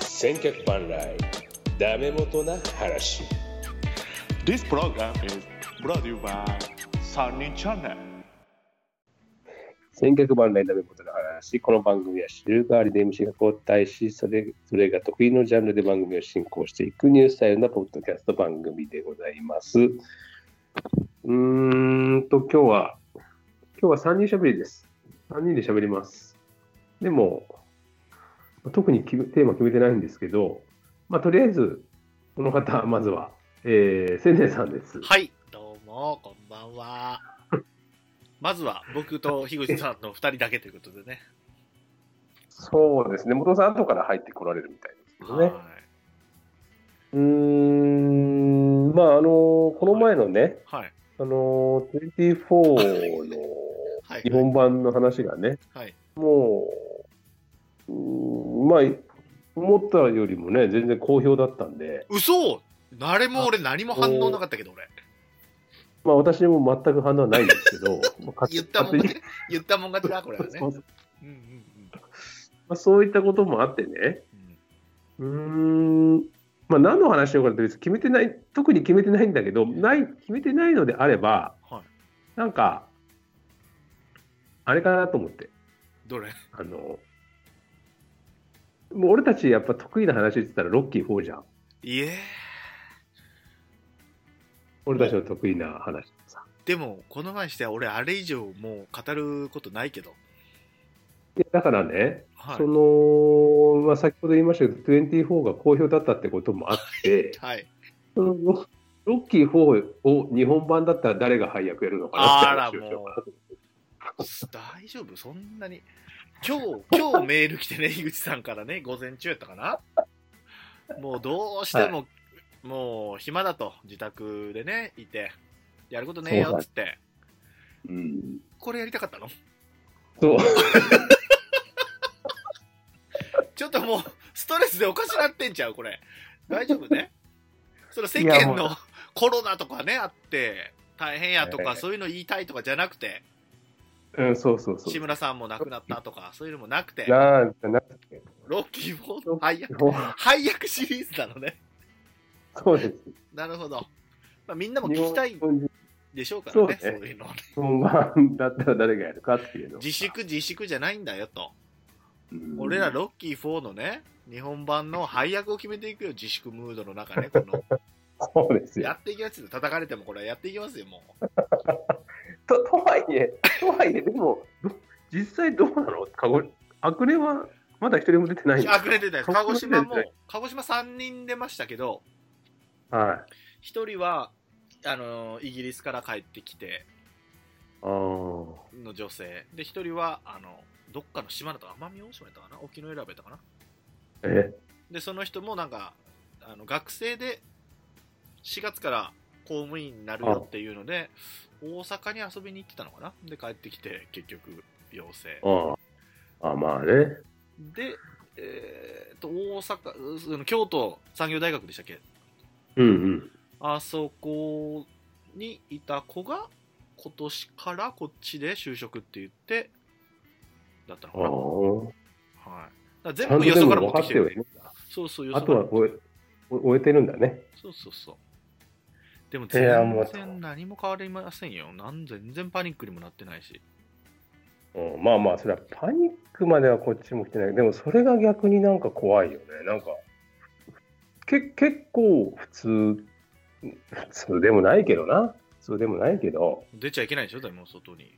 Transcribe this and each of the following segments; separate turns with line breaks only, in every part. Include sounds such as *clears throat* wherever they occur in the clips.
千客万来ダメ元な話
This program is brought to you by Sunny Channel.
千客万来ダメ元な話この番組は週替わりで MC が交代しそれぞれが得意のジャンルで番組を進行していくニュースタイルなポッドキャスト番組でございますうーんと今日は今日は3人喋りです3人で喋りますでも特に決めテーマ決めてないんですけど、まあ、とりあえずこの方まずは、えー、千年さんです
はい、どうも、こんばんは。まずは、僕と樋口さんの2人だけということでね。
そうですね、元さん、後から入ってこられるみたいですけどね。
は
うーん、まあ、あの、この前のね、
い。はい。
あの、24の
はい。
日本版の話がね、
はい。
もう、うーんまあ、思ったよりもね、全然好評だったんで、
嘘誰も俺何も反応なかったけど、俺。
まあ、私も全く反応はないんです
*laughs*
けど、まあ勝手
言ったもん
勝手
勝ち、言ったもん勝ちだ、これは
に
ね。
そうそう
うんうん
まあそういったこともあってね、
う
うーん、
ん。
まあ、何の話しようかって別に決めてない、特に決めてないんだけど、ない、決めてないのであれば、
はい
なんか、あれかなと思って、
どれ
あの、もう俺たちやっぱ得意な話って言ったらロッキー4じゃん。
いえ。
俺たちの得意な話さ。
でも、この前しては俺、あれ以上もう語ることないけど。
でだからね、
はい
そ。の、まあ、先ほど言いましたけど、24が好評だったってこともあ
*laughs*
って、
はい、
そのロロッキー4を日本版だったら誰が配役やるのか *laughs*
あ
なっ
ら、
て話をしよう
も
かな
う。大丈夫そんなに。今日、今日メール来てね、 *laughs* 樋口さんからね、午前中やったかな。もうどうしても、もう暇だと、自宅でね、いて、やることねえ
そう
よ
だ
っつって、
うん
これやりたかったの
そう。
ちょっともう、ストレスでおかしなってんちゃう、これ。大丈夫ね。その世
いや
間
もう
のコロナとかね、あって、大変やと
え
か、
え
そういうの言いたいとかじゃなくて、
うん、そうそうそ
志
う。
村さんも亡くなったとか、そういうのもなくて、
なんじゃなく
*laughs*
て、
ロッキーも配役、
もう
配役シリーズなのね。
そうです。
なるほど。まあ、みんなも聞きたい
日本人
でしょうからね、
そ
そうう
ね
いうのはね。
本番だったら誰がやるかっていうの。
自粛、自粛じゃないんだよ
う
と。
ん
俺らロッキー4のね、日本版の配役を決めていくよ、自粛ムードの
*laughs*
中ね。この
そうです
や
よ。
っていきますよ、叩かれてもこれやっていきますよ、もう。
ととはいえ、とはいえ、でも、ど実際どうなのかごアクネはまだ一人も出てないんです
あくれてたよ。鹿児島も
隠れて、
鹿児島3人出ましたけど、
はい。
1人は、あのーイギリスから帰ってきて
あー
の女性。で、1人は、あの、どっかの島だと奄美大島だったかな沖永良部だったかな
え
でその人もなんかあの学生で4月から公務員になるよっていうので大阪に遊びに行ってたのかなで帰ってきて結局陽性
あーあ、まあね。
で、えーっと大阪うその京都産業大学でしたっけ
うんうん。
あそこにいた子が今年からこっちで就職って言ってだったの
あ
かな、は
ー
い、だから全
ちゃんと
部よ
で
そ
も
から
分
持って
かっ
き
て
て
は
る
いるんだ。
そうそうよ
あ
そ
と
から
は終え終えてるんだね。
そうそうそう。でも
い
全
やもう
然何も変わりませんよ。なん全然パニックにもなってないし。
うん、まあまあ、それはパニックまではこっちも来てない。でも、それが逆になんか怖いよね。なんか、け結構普通、普通でもないけどな。普通でもないけど、
出ちゃいけないでしょ、でも外に。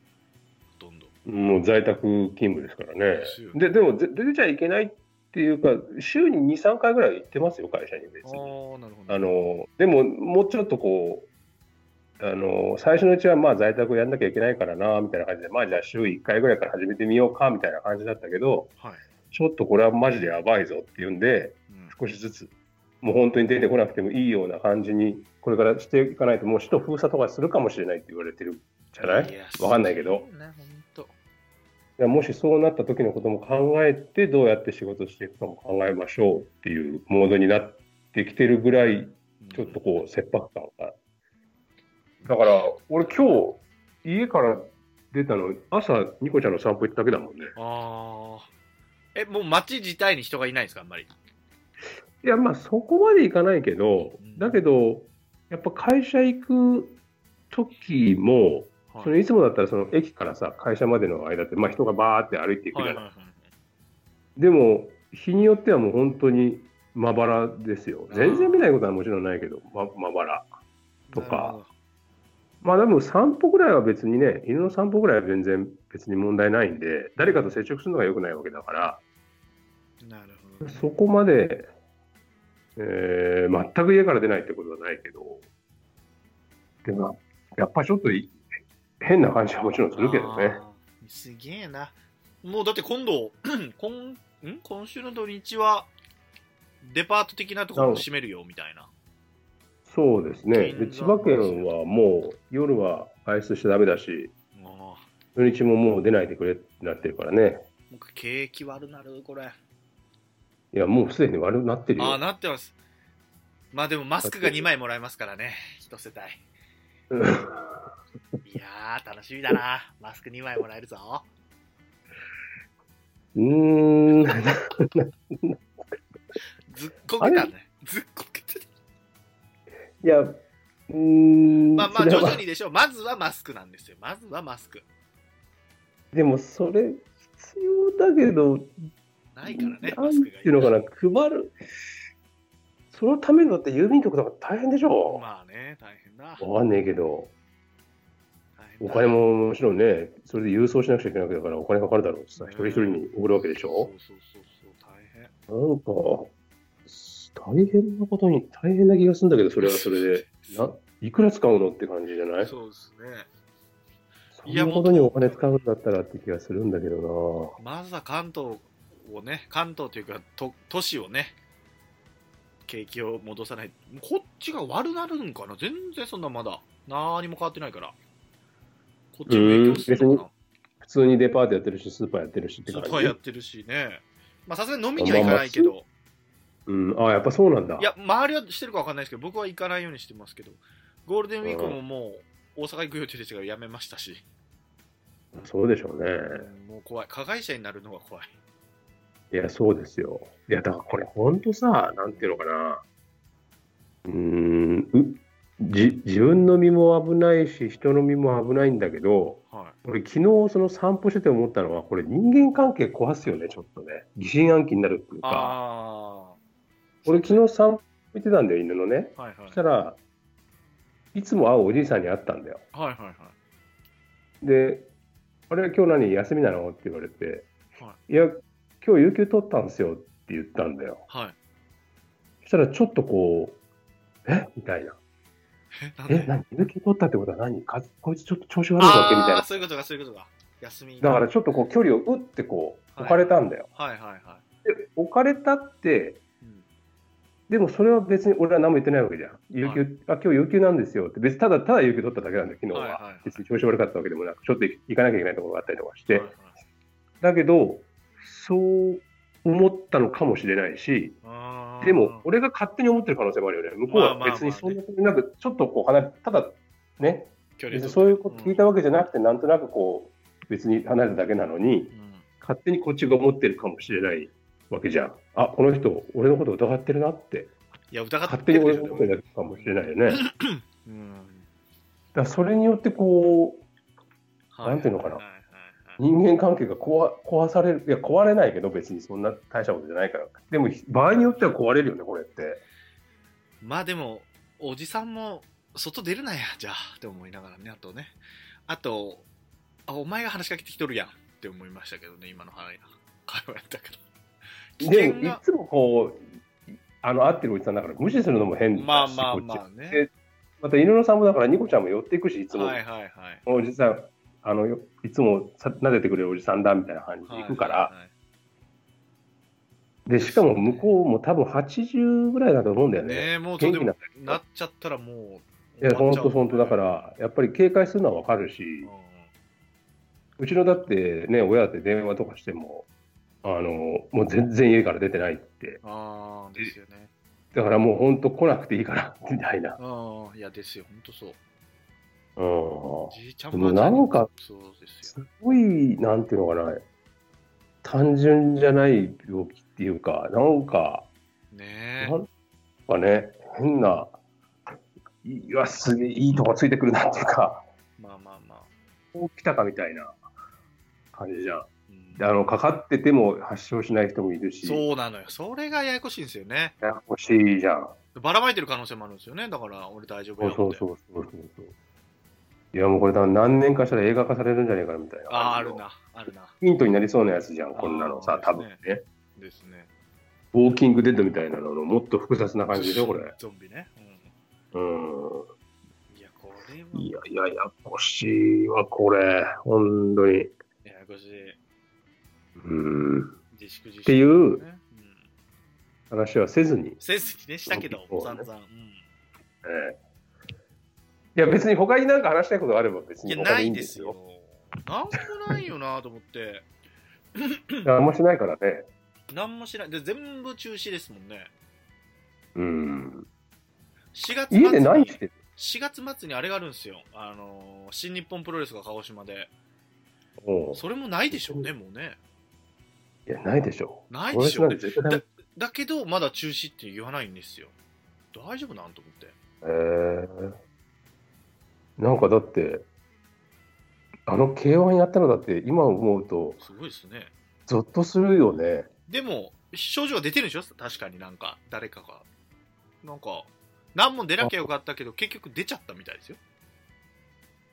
ほとんど。
もう在宅勤務ですからね
ですよ。ね
で、でも、ぜ出ちゃいけないっていうか、週に2、3回ぐらい行ってますよ、会社に別
あ
に。
あ、なるほど。
あの、でも、もうちょっとこう、あの最初のうちはまあ在宅やんなきゃいけないからなみたいな感じで、まあじゃあ週1回ぐらいから始めてみようかみたいな感じだったけど、
はい。
ちょっとこれはマジでやばいぞっていうんで、
うん
少しずつ、もう本当に出てこなくてもいいような感じに、これからしていかないと、もう首都封鎖とかするかもしれないって言われてるじゃない
や
わかんないけど
そうねほんと
いやもしそうなった時のことも考えて、どうやって仕事していくかも考えましょうっていうモードになってきてるぐらい、ちょっとこう、切迫感が。だから、俺今日、家から出たの、朝、ニコちゃんの散歩行っただけだもんね。
うんああ。え、もう街自体に人がいないんですか、あんまり。
いや、まあそこまでいかないけど
う、ん
だけど、やっぱ会社行く時も、
はい
そのいつもだったらその駅からさ、会社までの間って、まあ人がバーって歩いていくじゃ
は
ないい。
はいはい
でも、日によってはもう本当にまばらですよ。全然見ないことはもちろんないけど、ままばら。とか
なるほど
まあでも散歩ぐらいは別にね、犬の散歩ぐらいは全然別に問題ないんで、誰かと接触するのが良くないわけだから、
なるほどね、
そこまで、えー全く家から出ないってことはないけど、でもやっぱりちょっとい変な感じはもちろんするけどね。
あー。すげえな。もうだって今度、 *clears throat* こんん今週の土日は、デパート的なところを閉めるよみたいな。
そうですね。
銀
で千
座
葉県はもう夜は外出しちゃダメだし、
も
土日ももう出ないでくれってなってるからね。
う、僕、景気悪なる、これ。
いや、もうすでに悪くなってる
ああ、
よ。
なってます。まあでも、マスクが2枚もらえますからね、1世
うん
帯。いやー、楽しみだな。マスク2枚もらえるぞ。
*laughs* うーん。
ずっこけたね。ずっこけた。
いや、うーん。
まあまあ、
それ
徐
は
々にでしょう。まずはマスクなんですよ。まずはマスク。
でもそれ必要だけど、
ないからね、
な
マ
ん
ス
て
クが。
いうのかな、配る、そのためにだって郵便局とか大変でしょ。
まあね、大変だ。
わかんねえけど、
大
お
変だ
金ももちろんね、それで郵送しなくちゃいけないわけだから、お金かかるだろうってさ、
ね
一人一人に送るわけでしょ。
そうそうそうそう、大
な
変。
んか、大変なことに、大変な気がするんだけど、それはそれ
*laughs*
で、な、いくら使うのって感じじゃないそ
そうですね。
んなことにお金使うんだったらって気がするんだけど
まずは関東をね、関東というか、都都市をね、景気を戻さない。こっちが悪なるんかな全然そんなまだ。何も変わってないから。こっちも影響するのかな
な、普通にデパートやってるし、スーパーやってるしって
ス
感
ー
じ。
パーやってるしね。まあさすがに飲みには行かないけど。
うん、ああ、やっぱそうなんだ。
いや、周りはしてるかわかんないですけど、僕は行かないようにしてますけど、ゴールデンウィークももう、大阪行く予定でしたが、やめましたし、
そうでしょうね。
うんもう怖い。加害者になるのが怖い。
いや、そうですよ。いや、だからこれ、ほんとさ、なんていうのかな。うーんうじ、自分の身も危ないし、人の身も危ないんだけど、
は
俺、昨日その散歩してて思ったのは、これ、人間関係壊すよね、ちょっとね。疑心暗鬼になるっていう
い。
か、
あ
俺、昨日散歩行ってたんだよ、犬のね。
あ。はいはい
そし。たら、いつも会うおじいさんに会ったんだよ。
はいはいはい。
で、あれ、今日何、休みなのって言われて、、
はい
や、今日有給取ったんですよって言ったんだよ。
はい。
そしたら、ちょっとこう、えみたいな。
え、なん
え、何有給取ったってことは何かこいつちょっと調子悪いわけみたい
ああ、
な。
そういうことか、そういうことか。休み。
だか
は
ら、ちょっとこう、距離を打ってこう、置かれたんだよ。
いはいは
で、置かれたって、
い。うん
でもそれは別に俺は何も言ってないわけじゃん。有
は
給、あ、今日有給なんですよって、別にただただ有給取っただけなんだよ、昨日は。
はいはいはい
別に調子悪かったわけでもなく、ちょっと行かなきゃいけないところがあったりとかして、
はいはい
だけど、そう思ったのかもしれないし、
あー
でも、俺が勝手に思ってる可能性もあるよね。向こうは別にそんなことなく、ちょっとこう離れ、ただ、ね、
距離
別
と
にそういうこと聞い
うん
たわけじゃなくて、なんとなくこう、別に離れただけなのに、
うん
勝手にこっちが思ってるかもしれないわけじゃん。あ、この人、俺のこと疑ってるなって、
いや、疑っ
勝
て
手
る
に
で
俺
し
の
ょ
ことだけかもしれないよ
*laughs*
ね。だか
うん。
らそれによって、こう、
はい
なんていうのかな
はいはいはい
人間関係が壊壊される、いや、壊れないけど、別にそんな大したことじゃないから。でも、場合によっては壊れるよね、これって。
まあでも、おじさんも、外出るなや、じゃあ、って思いながらね、あとね。あと、あ、お前が話しかけてきとるやんって思いましたけどね、今の話会話やったけど。危
で
険
も、い
が、
つもこう、あの、会ってるおじさんだから、無視するのも変だし、
まあまあ
こっち
まあね。
また、犬のさんもだから、ニコちゃんも寄っていくし、いつも、
はいはいはい。
おじさん、あの、よいつもさ撫でてくれるおじさんだ、みたいな感じで行くから、
はいはいはい
で、しかも向こうも多分80ぐらいだと思うんだよね。
ねえもうと
元
で
気な
も
い
なっちゃったらもう
や、本当
終わ
本
っち
当
ゃう
だから、やっぱり警戒するのはわかるし、
うんうん
うちのだってね、親だって電話とかしても、あの、もう全然家から出てないって。
ああですよね
だからもう本当来なくていいから、みたいな。
ああいやですよ本当そう
うん。
じいちゃん
でも
ばあちゃ
なんか
そうです
す
よ
ごい、なんていうのかな、単純じゃない病気っていうか、なんか、
ねね。
なんかね、変な、いや、すげえいいとこついてくるなっていうか、
まあまあまあ。
こう来たかみたいな感じじゃん。
うん
であの、かかってても発症しない人もいるし、
そうなのよ。それがややこしいんですよね。
ややこしいじゃん。
ばらまいてる可能性もあるんですよね。だから、俺大丈夫
そ
よ
う
って。
そうそうそうそうそう。いや、もうこれ多分何年かしたら映画化されるんじゃねえかなみたいな。
ああ、ある。な。あるな。
ヒントになりそうなやつじゃん、こんなの
あ
さ
ー、
多分ね。
ですね。
ウォーキングデッドみたいなののもっと複雑な感じでしょ、これ。
ゾンビね。う
うん。
ん。いや、これは。
いやいや、ややこしいわ、これ。本当に。
ややこしい。
うん。
自粛自粛、ね。。
っていううん話はせずに。
せずにね、したけど、
そう
散
ね
々。うん。
ええいや、別に他になんか話したいことがあれば別
い
に
や、
他
な
でいい
い
ん
で
ですす
よ
よ。。
なんもないよなと思って。
あんましないからね。
なんもしない。で、全部中止ですもんね。
うん。
4月末に
家で何してる
4月末にあれがあるんですよ。あのー新日本プロレスが鹿児島で。
の
それもないでしょうね、もうね。
いや、ないでしょ。
ないでしょ
俺なんて絶対ない
だけど、まだ中止って言わないんですよ。大丈夫なんと思って。
えーなんかだって、あの K1 やったのだって今思うと、
すごいですね。
ゾッとするよね。
でも、症状が出てるんでしょ確かになんか、誰かが。なんか、何も出なきゃよかったけど、結局出ちゃったみたいですよ。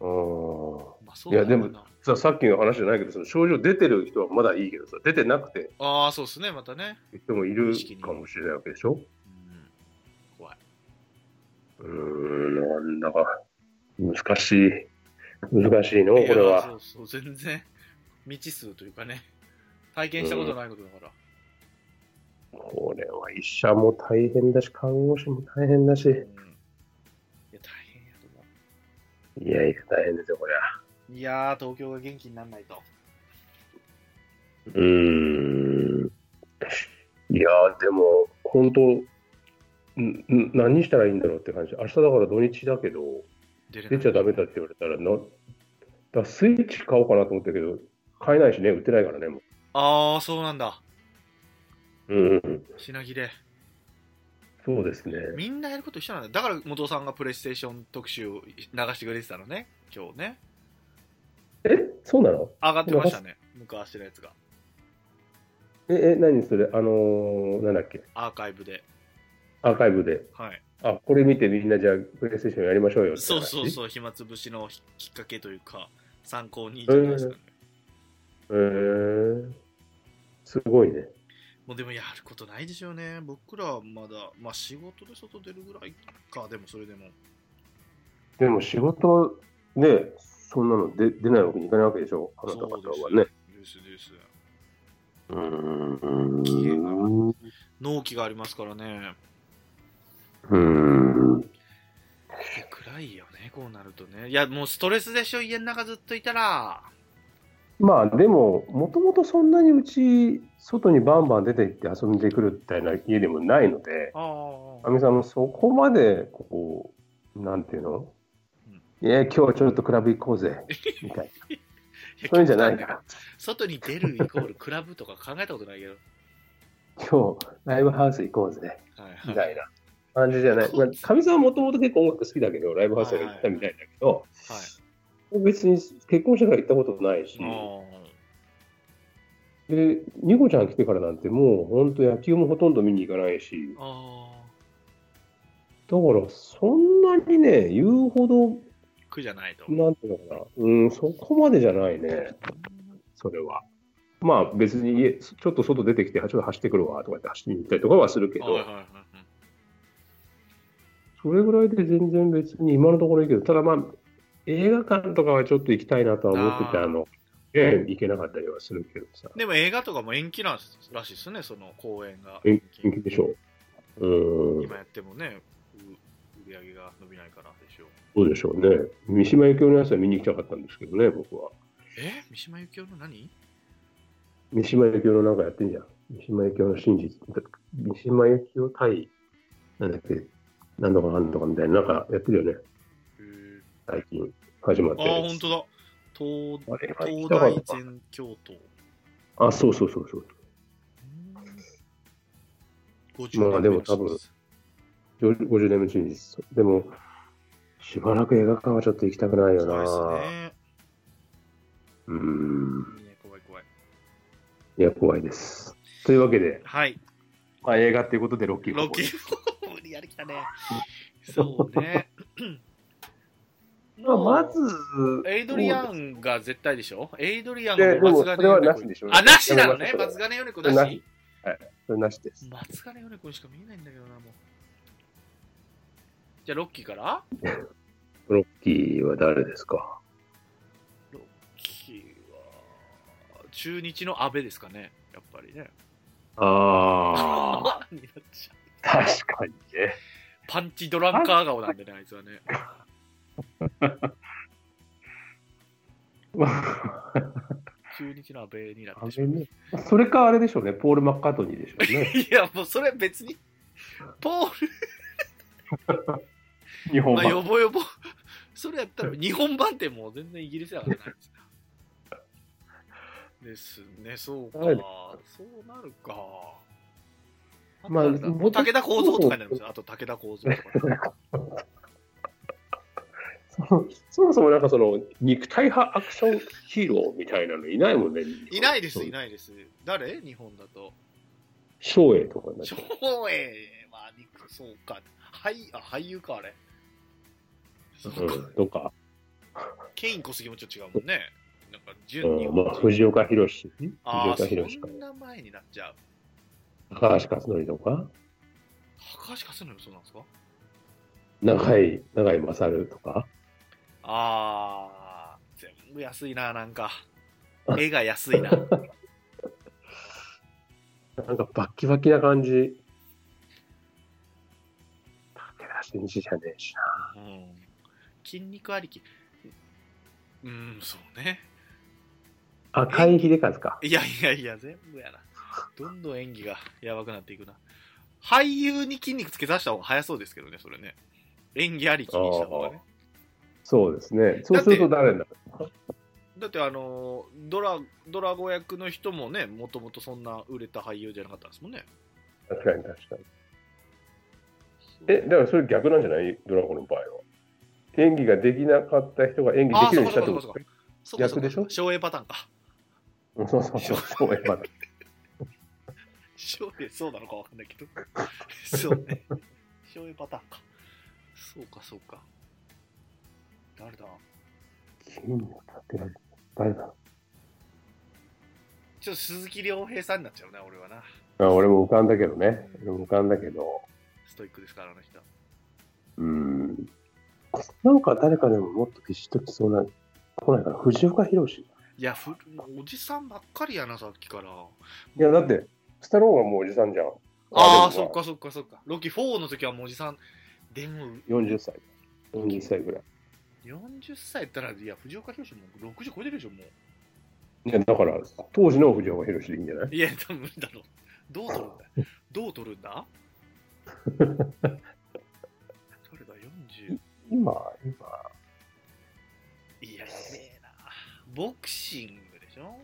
うん。
まあ、そうだよない
やでささっきの話じゃないけど、その症状出てる人はまだいいけどさ、出てなくて
ああ、そうですね、またね。
人もいるかもしれないわけでしょ。
うん
うーん、なんだか、難しい。難しいの、これ
い
は。
やそうそう、全然、未知数というかね、体験したことないことだから。
これは医者も大変だし、看護師も大変だし。
うんいや、大変やと思
いやいや、大変ですよ、これは。
う。いやー、東京が元気にならないと。
うーん。いやー、でも、本当、んん何したらいいんだろうって感じ。明日だから土日だけど、
出れな
出
い
ちゃダメだって言われたら、なだからスイッチ買おうかなと思ったけど、買えないしね、売ってないからね、も
あー、そうなんだ。
う。うん、うん。
品切れ。
そうですね。
みんなやること一緒なんだ。だから、元さんがプレイステーション特集を流してくれてたのね、今日ね。
え、そうなの
上がってましたね、昔のやつが。
え、え、何それあのー、なんだっけ
アーカイブで。
アーカイブで。
はい。
あ、これ見てみんなじゃあ、プレイステーションやりましょうよって話
そうそうそう、暇つぶしのきっかけというか、参考にじゃないですかね。
へーすごいね。
もうでもやることないでしょうね。僕らはまだ、まあ仕事で外出るぐらいか、でもそれでも。
でも仕事ね、そんなので出ないわけにいかないわけでしょ、あなた方はね。
ですです。
うー
ん
ん。う
納期がありますからね。
ーん。
いや暗いよね、こうなるとね。いや、もうストレスでしょ、家の中ずっといたら。
まあでも、もともとそんなにうち、外にバンバン出て行って遊んでくるみたいな家でもないので、
あ
あ
あ。
みさんもそこまで、こう、なんていうのいや、今日はちょっとクラブ行こうぜ、みたいな。そういうんじゃないから。
外に出るイコールクラブとか考えたことないけど。
今日、ライブハウス行こうぜ、
はい
み
は
た
い。
いな感じじゃない。まあ、かみさんはもともと結構音楽好きだけど、ライブハウスに行ったみたいだけど、
はい、
別に結婚してから行ったことないし、
あ
で、ニコちゃん来てからなんてもう本当野球もほとんど見に行かないし、だ
あ。ああ。
からそんなにね、言うほど、
苦じゃないと。
なんていうのかな、うん、そこまでじゃないね、それは。まあ別に家、ちょっと外出てきて、ちょっと走ってくるわとか言って走りに行ったりとかはするけ
はいはい
ど、
はいはい。
それぐらいで全然別に今のところいいけど、ただまあ、映画館とかはちょっと行きたいなとは思ってて、
あー
あの、ええ行けなかったりはするけどさ。
でも映画とかも延期なんすらしいですね、その公演が。
延期でしょう。うん。
今やってもね、う売り上げが伸びないからでしょう。
そうでしょうね。三島由紀夫のやつは見に行きたかったんですけどね、僕は。
え三島由紀夫の何
三島由紀夫のなんかやってんじゃん。三島由紀夫の真実。三島由紀夫対、なんだっけ、なんとかなんとかみたいな、なんかやってるよね、最近。始まっ
あ
て
あ、本当だ。東
あれは行き
東
たかっ
大
た
全教頭。
あ、そうそうそうそう。
50年
まあでも
目の
多分
シリーズ
50年目シリーズ。でも、しばらく映画館はちょっと行きたくないよな。
怖いですね。
うーん。
いいね、怖い怖い。
いや、怖いです。というわけで、
はい、
まあ、映画ということでロッキー
ロッキー。無理やりきたね。そうね。
*laughs* まあ、まず、
エイドリアンが絶対でしょエイドリアン
で
が
でも
松
そ
金
れはなし
米
でしょ
子あ、なしなのね
や。めましょう
松金米子な
な
し
し。それなしです。
松金米子にしか見えないんだけどな、もう。じゃあ、ロッキーから
ロッキーは誰ですか
ロッキーは、中日の安倍ですかね。やっぱりね。 *laughs*
ああ、
になっちゃう
確かにね。
パンチドランカー顔なんでね、あいつはね。
まあ
中日の安倍になっ
あ
てしま
れ
う。
ね *laughs* それかあれでしょうね、ポール・マッカートニーでしょうね。
いや、もうそれは別に、ポール
*laughs* 日本
まあ、よ
版。
ぼよぼ。 *laughs* それやったら、日本版ってもう全然イギリスやからないです。ですね、そうか。
はい
そうなるか。
まあ
あとなんだ武田構造とかになるんですよ。あと武田構造とか。
*laughs* そもそもなんかその、肉体派アクションヒーローみたいなのいないもんね。
いないです、い
い。
ないです。誰日本だと。
照英とかになっちゃ
昭
う
栄は、肉そうか。はい、あ、俳優か、あれ。そうか。
うん、とか、
ケイン小杉もちょっと違うもんね。なんか、
う
純日
ん
本
まあ、
人。
藤岡弘、藤
ああ、
岡
そ
弘か、
んな前になっちゃう。
高橋克典とか、
高橋克典もそうなんですか
長井、長井勝とか、
あー、全部安いな、なんか。絵が安いな。
なんかバッキバキな感じ。武田真治じゃねえしな。
うん、筋肉ありき。うん、そうね。
赤井秀和か。
いやいやいや、全部やな。どんどん演技がやばくなっていくな。俳優に筋肉つけさせた方が早そうですけどね、それね。演技ありきにした方がね。
そうですね。そうすると誰になる
だってあのードラ、ドラゴ役の人もね、もともとそんな売れた俳優じゃなかったんですもんね。
確かに確かに。え、だからそれ逆なんじゃないドラゴンの場合は。演技ができなかった人が演技できるようにしたってこと
あーそうかそ
逆
こそこ
でしょ
省エパターンか。
うんそうそうそう。そうやっぱ
醤油そうなのかわかんないけど *laughs* そうね醤油パターンかそうかそうか誰だ
金を立てられる誰だ
ちょっと鈴木亮平さんになっちゃうね俺はな
あ俺も浮かんだけどね。俺も浮かんだけど。
ストイックですからあの人
うん。なんか誰かでももっとビシッときそうな、来ないかな。藤岡弘。い
いやふもうおじさんばっかりやなさっきから
や、だって、スタローンがもうおじさんじゃん。
ああ
でも
そっかそっかそっかロキ4の時はもうおじさんでも
40歳。40歳ぐらい。
40歳やったらいや藤岡弘もう60超えてるでしょも
いや、だから、当時の藤岡弘でいいんじゃないう
いや多分無理だろうどう取る *laughs* んだどう取るんだ誰だ40
今、今、
いや、やべえな。ボクシングでしょ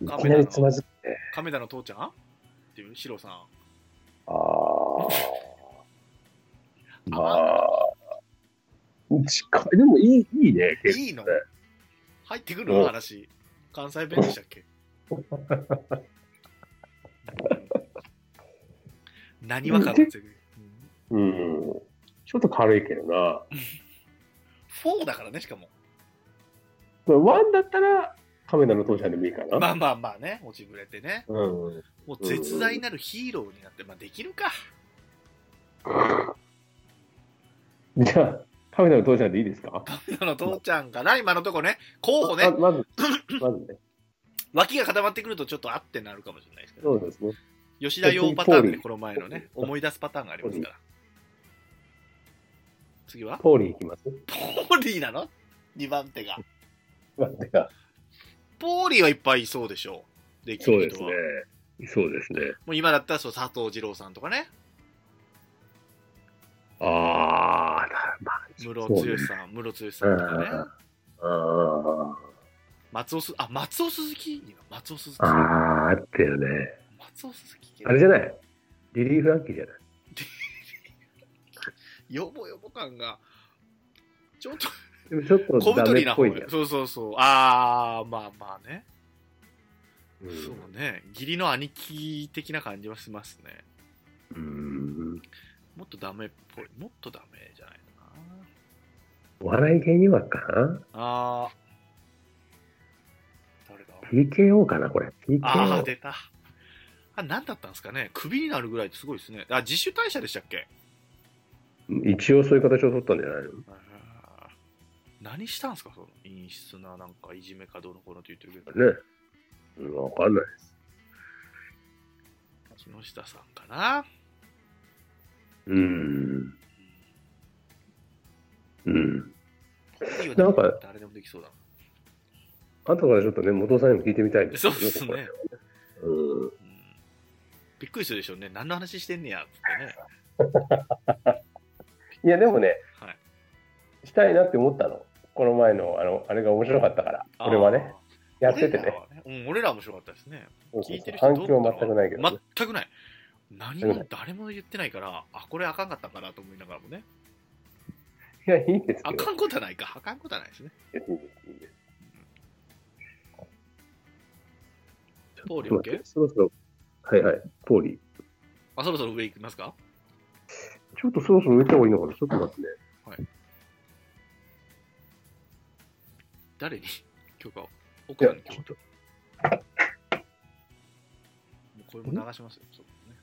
い
カ
き
メラの
なりつまずくね。
亀田の父ちゃんっていう、シロさん。
ああ。まあ。近い。でもいい、いいね、結構
いいの
ね
入ってくるの
うん
話。関西弁でしたっけ何わかってる
うん。ちょっと軽いけどな。
4だからね、しかも。
ワンだったら、カメラの父ちゃんでもいいかな。
まあまあまあね、落ちぶれてね。
うん。
もう絶大なるヒーローになって、まあできるか。
じゃあ、カメラの父ちゃんでいいですか
あの父ちゃんから、今のとこね、候補ね
ま、まず、まずね。
脇が固まってくるとちょっとあってなるかもしれないですけど
そ
ね、
うですね。
吉田洋パターン
ポー
ね、
ル
この前のね、思い出すパターンがありますから。次は
ポーリーいきます。
ポーリーなの ?2 番手が。
待ってか
ポーリーはいっぱいいそうでしょう。でき
そう
る
です
人
ね
は。。
そうですね。
もう今だったらそう佐藤二郎さんとかね、
ああ、だま
室ロ剛さん、室ロ剛さんとかね
うん、あ
松尾す、あ、松尾鈴木いいな松尾鈴木。
あ、ああ、あったよね。
松尾鈴木系
あれじゃないリリー・フランキーじゃない。
よぼよぼ感が、ちょっと、
でもちょっと
小
ダ
太
メっ
りな
ぽ
方
いじゃ
よ
ん。
そうそうそう。あー、まあまあね。
うん
そうね。義理の兄貴的な感じはしますね。
うん
もっとダメっぽい。もっとダメじゃないかな。
お笑い芸人枠かな
あー。誰だ
?TKO かなこれ。
あー、
TKO。
出た。あ、何だったんですかね。クビになるぐらいってすごいですね。あ、自主退社でしたっけ
一応そういう形を取ったんじゃないの
あー何したんですかその陰湿ななんかいじめかどうのこうのって言ってるけど。
ね。うんわかんないです。
木下さんかな
うん。うん。な
な
んん
か
か
誰でもできそうだな
あとからちょっとね、元尾さんにも聞いてみたいん
そうです
ここ
ね、
はうん。
うんびっくりするでしょうね何の話してんねやっつってね
いや、でもね、
はい
したいなって思ったの。この前の、あの、あれが面白かったから、俺はね、
あー
やっててね。
俺らはうん俺ら面白かったですね
そうそ
聞
う
いてる人
反
どう
響
思っ
は
た
全
の
くないけどね、
全くない何も誰も言ってないからあこれあかんかったかなと思いながらもね
いや、いいんです
あ
けど
かんことはないかあかんことはないですね
別にいいんです。
ポーリ
ちょ
オ
っと待っ
ケ
てそろそろ、はいはい、ポーリー。
あそろそろ上行きますか
ちょっとそろそろ打った方がいいのかなちょっと待ってね。
誰に許可を
い
奥
や
さんに、許
ち
可
ょっ
を
と、
もうこれも流しますよそうね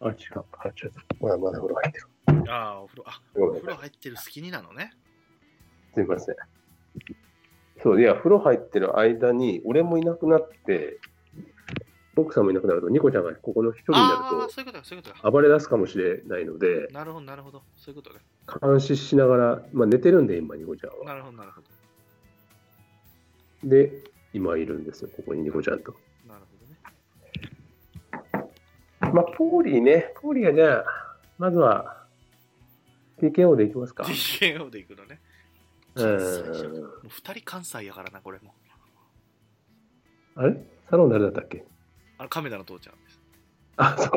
あ、違うか。ちょっと、まだまだ風呂入ってる。
ああお風呂あ
ご
お
めん
風呂入ってる好きになのね
すみません。
そう、いや、風呂入ってる間に、俺もいなくなって、
奥さんもいなくなると、ニコちゃんがここの一人に
あ
な
あー
る
そういうことかそういうことか
と、暴れ出すかもしれないので、
なるほど、なるほど。そういうことね。
監視しながら、まあ、寝てるんで、今、ニコちゃんは。
なるほど、なるほど。
で、今いるんですよ、ここにニコちゃんと。
なるほどね。
まあ、ポーリーね、ポーリーはじゃあ、まずは、TKO でいきますか。
*laughs* TKO で行くのね。
う
関西じゃんも
ん。
う二人関西やからな、これも。
あれサロン誰だったっけ
あの、亀田の父ちゃんです。
あ、そ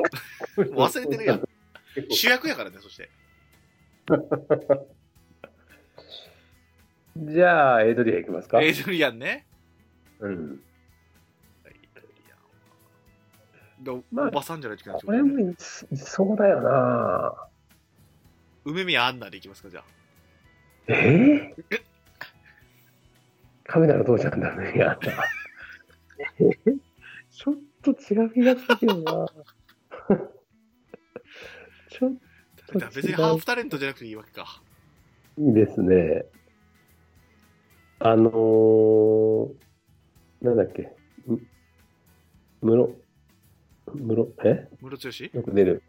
うか。
もう忘れて
*laughs*
るやん。主役やからね、そして。
じゃあ、エイドリアいきますか。
エイドリアンね。
うん。
エイドリアンでお
まあ
おばさんじゃないといけない
これ
ですよ。
もいそいそうだよな
梅宮アンナでいきますか、じゃあ。
えぇ、カメラの父ちゃんだね。いや、えー *laughs* ちょっと違う気がするけど *laughs* なちょっと違う
別にハーフタレントじゃなくていいわけか。
いいですね。あのー、なんだっけ、む室、室、え
ムロツヨシ
よく出る。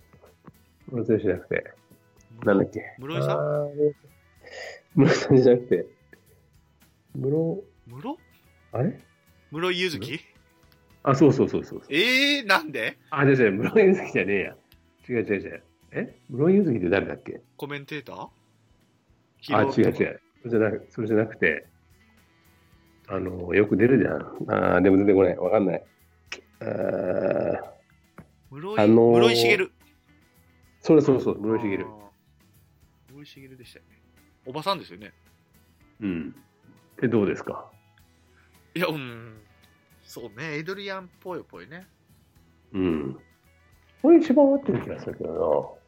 室井じゃなくて、なんだっけ。
ムロイさん
あー室井さんじゃなくて、室、
ムロ
あれ
ムロイユズキ
あ、そうそうそうそう。
ええー、なんで
あ、違う違う、室井ゆずきじゃねえや。違う違う違う。え室井ゆずきって誰だっけ
コメンテーター
あ、違う違
ヒロ
う。それじゃなくそれじゃなくて、あの、よく出るじゃん。あーでも出てこない。わかんない。あー
室
あ
井、
のー
室井茂
それそうそう、室井
あ
茂。
ー。室井茂でしたよね。おばさんですよね。
うん。ってどうですか
いや、うん。そうね、エイドリアンっぽいっぽいね。
うん。これ一番合ってる気がするけど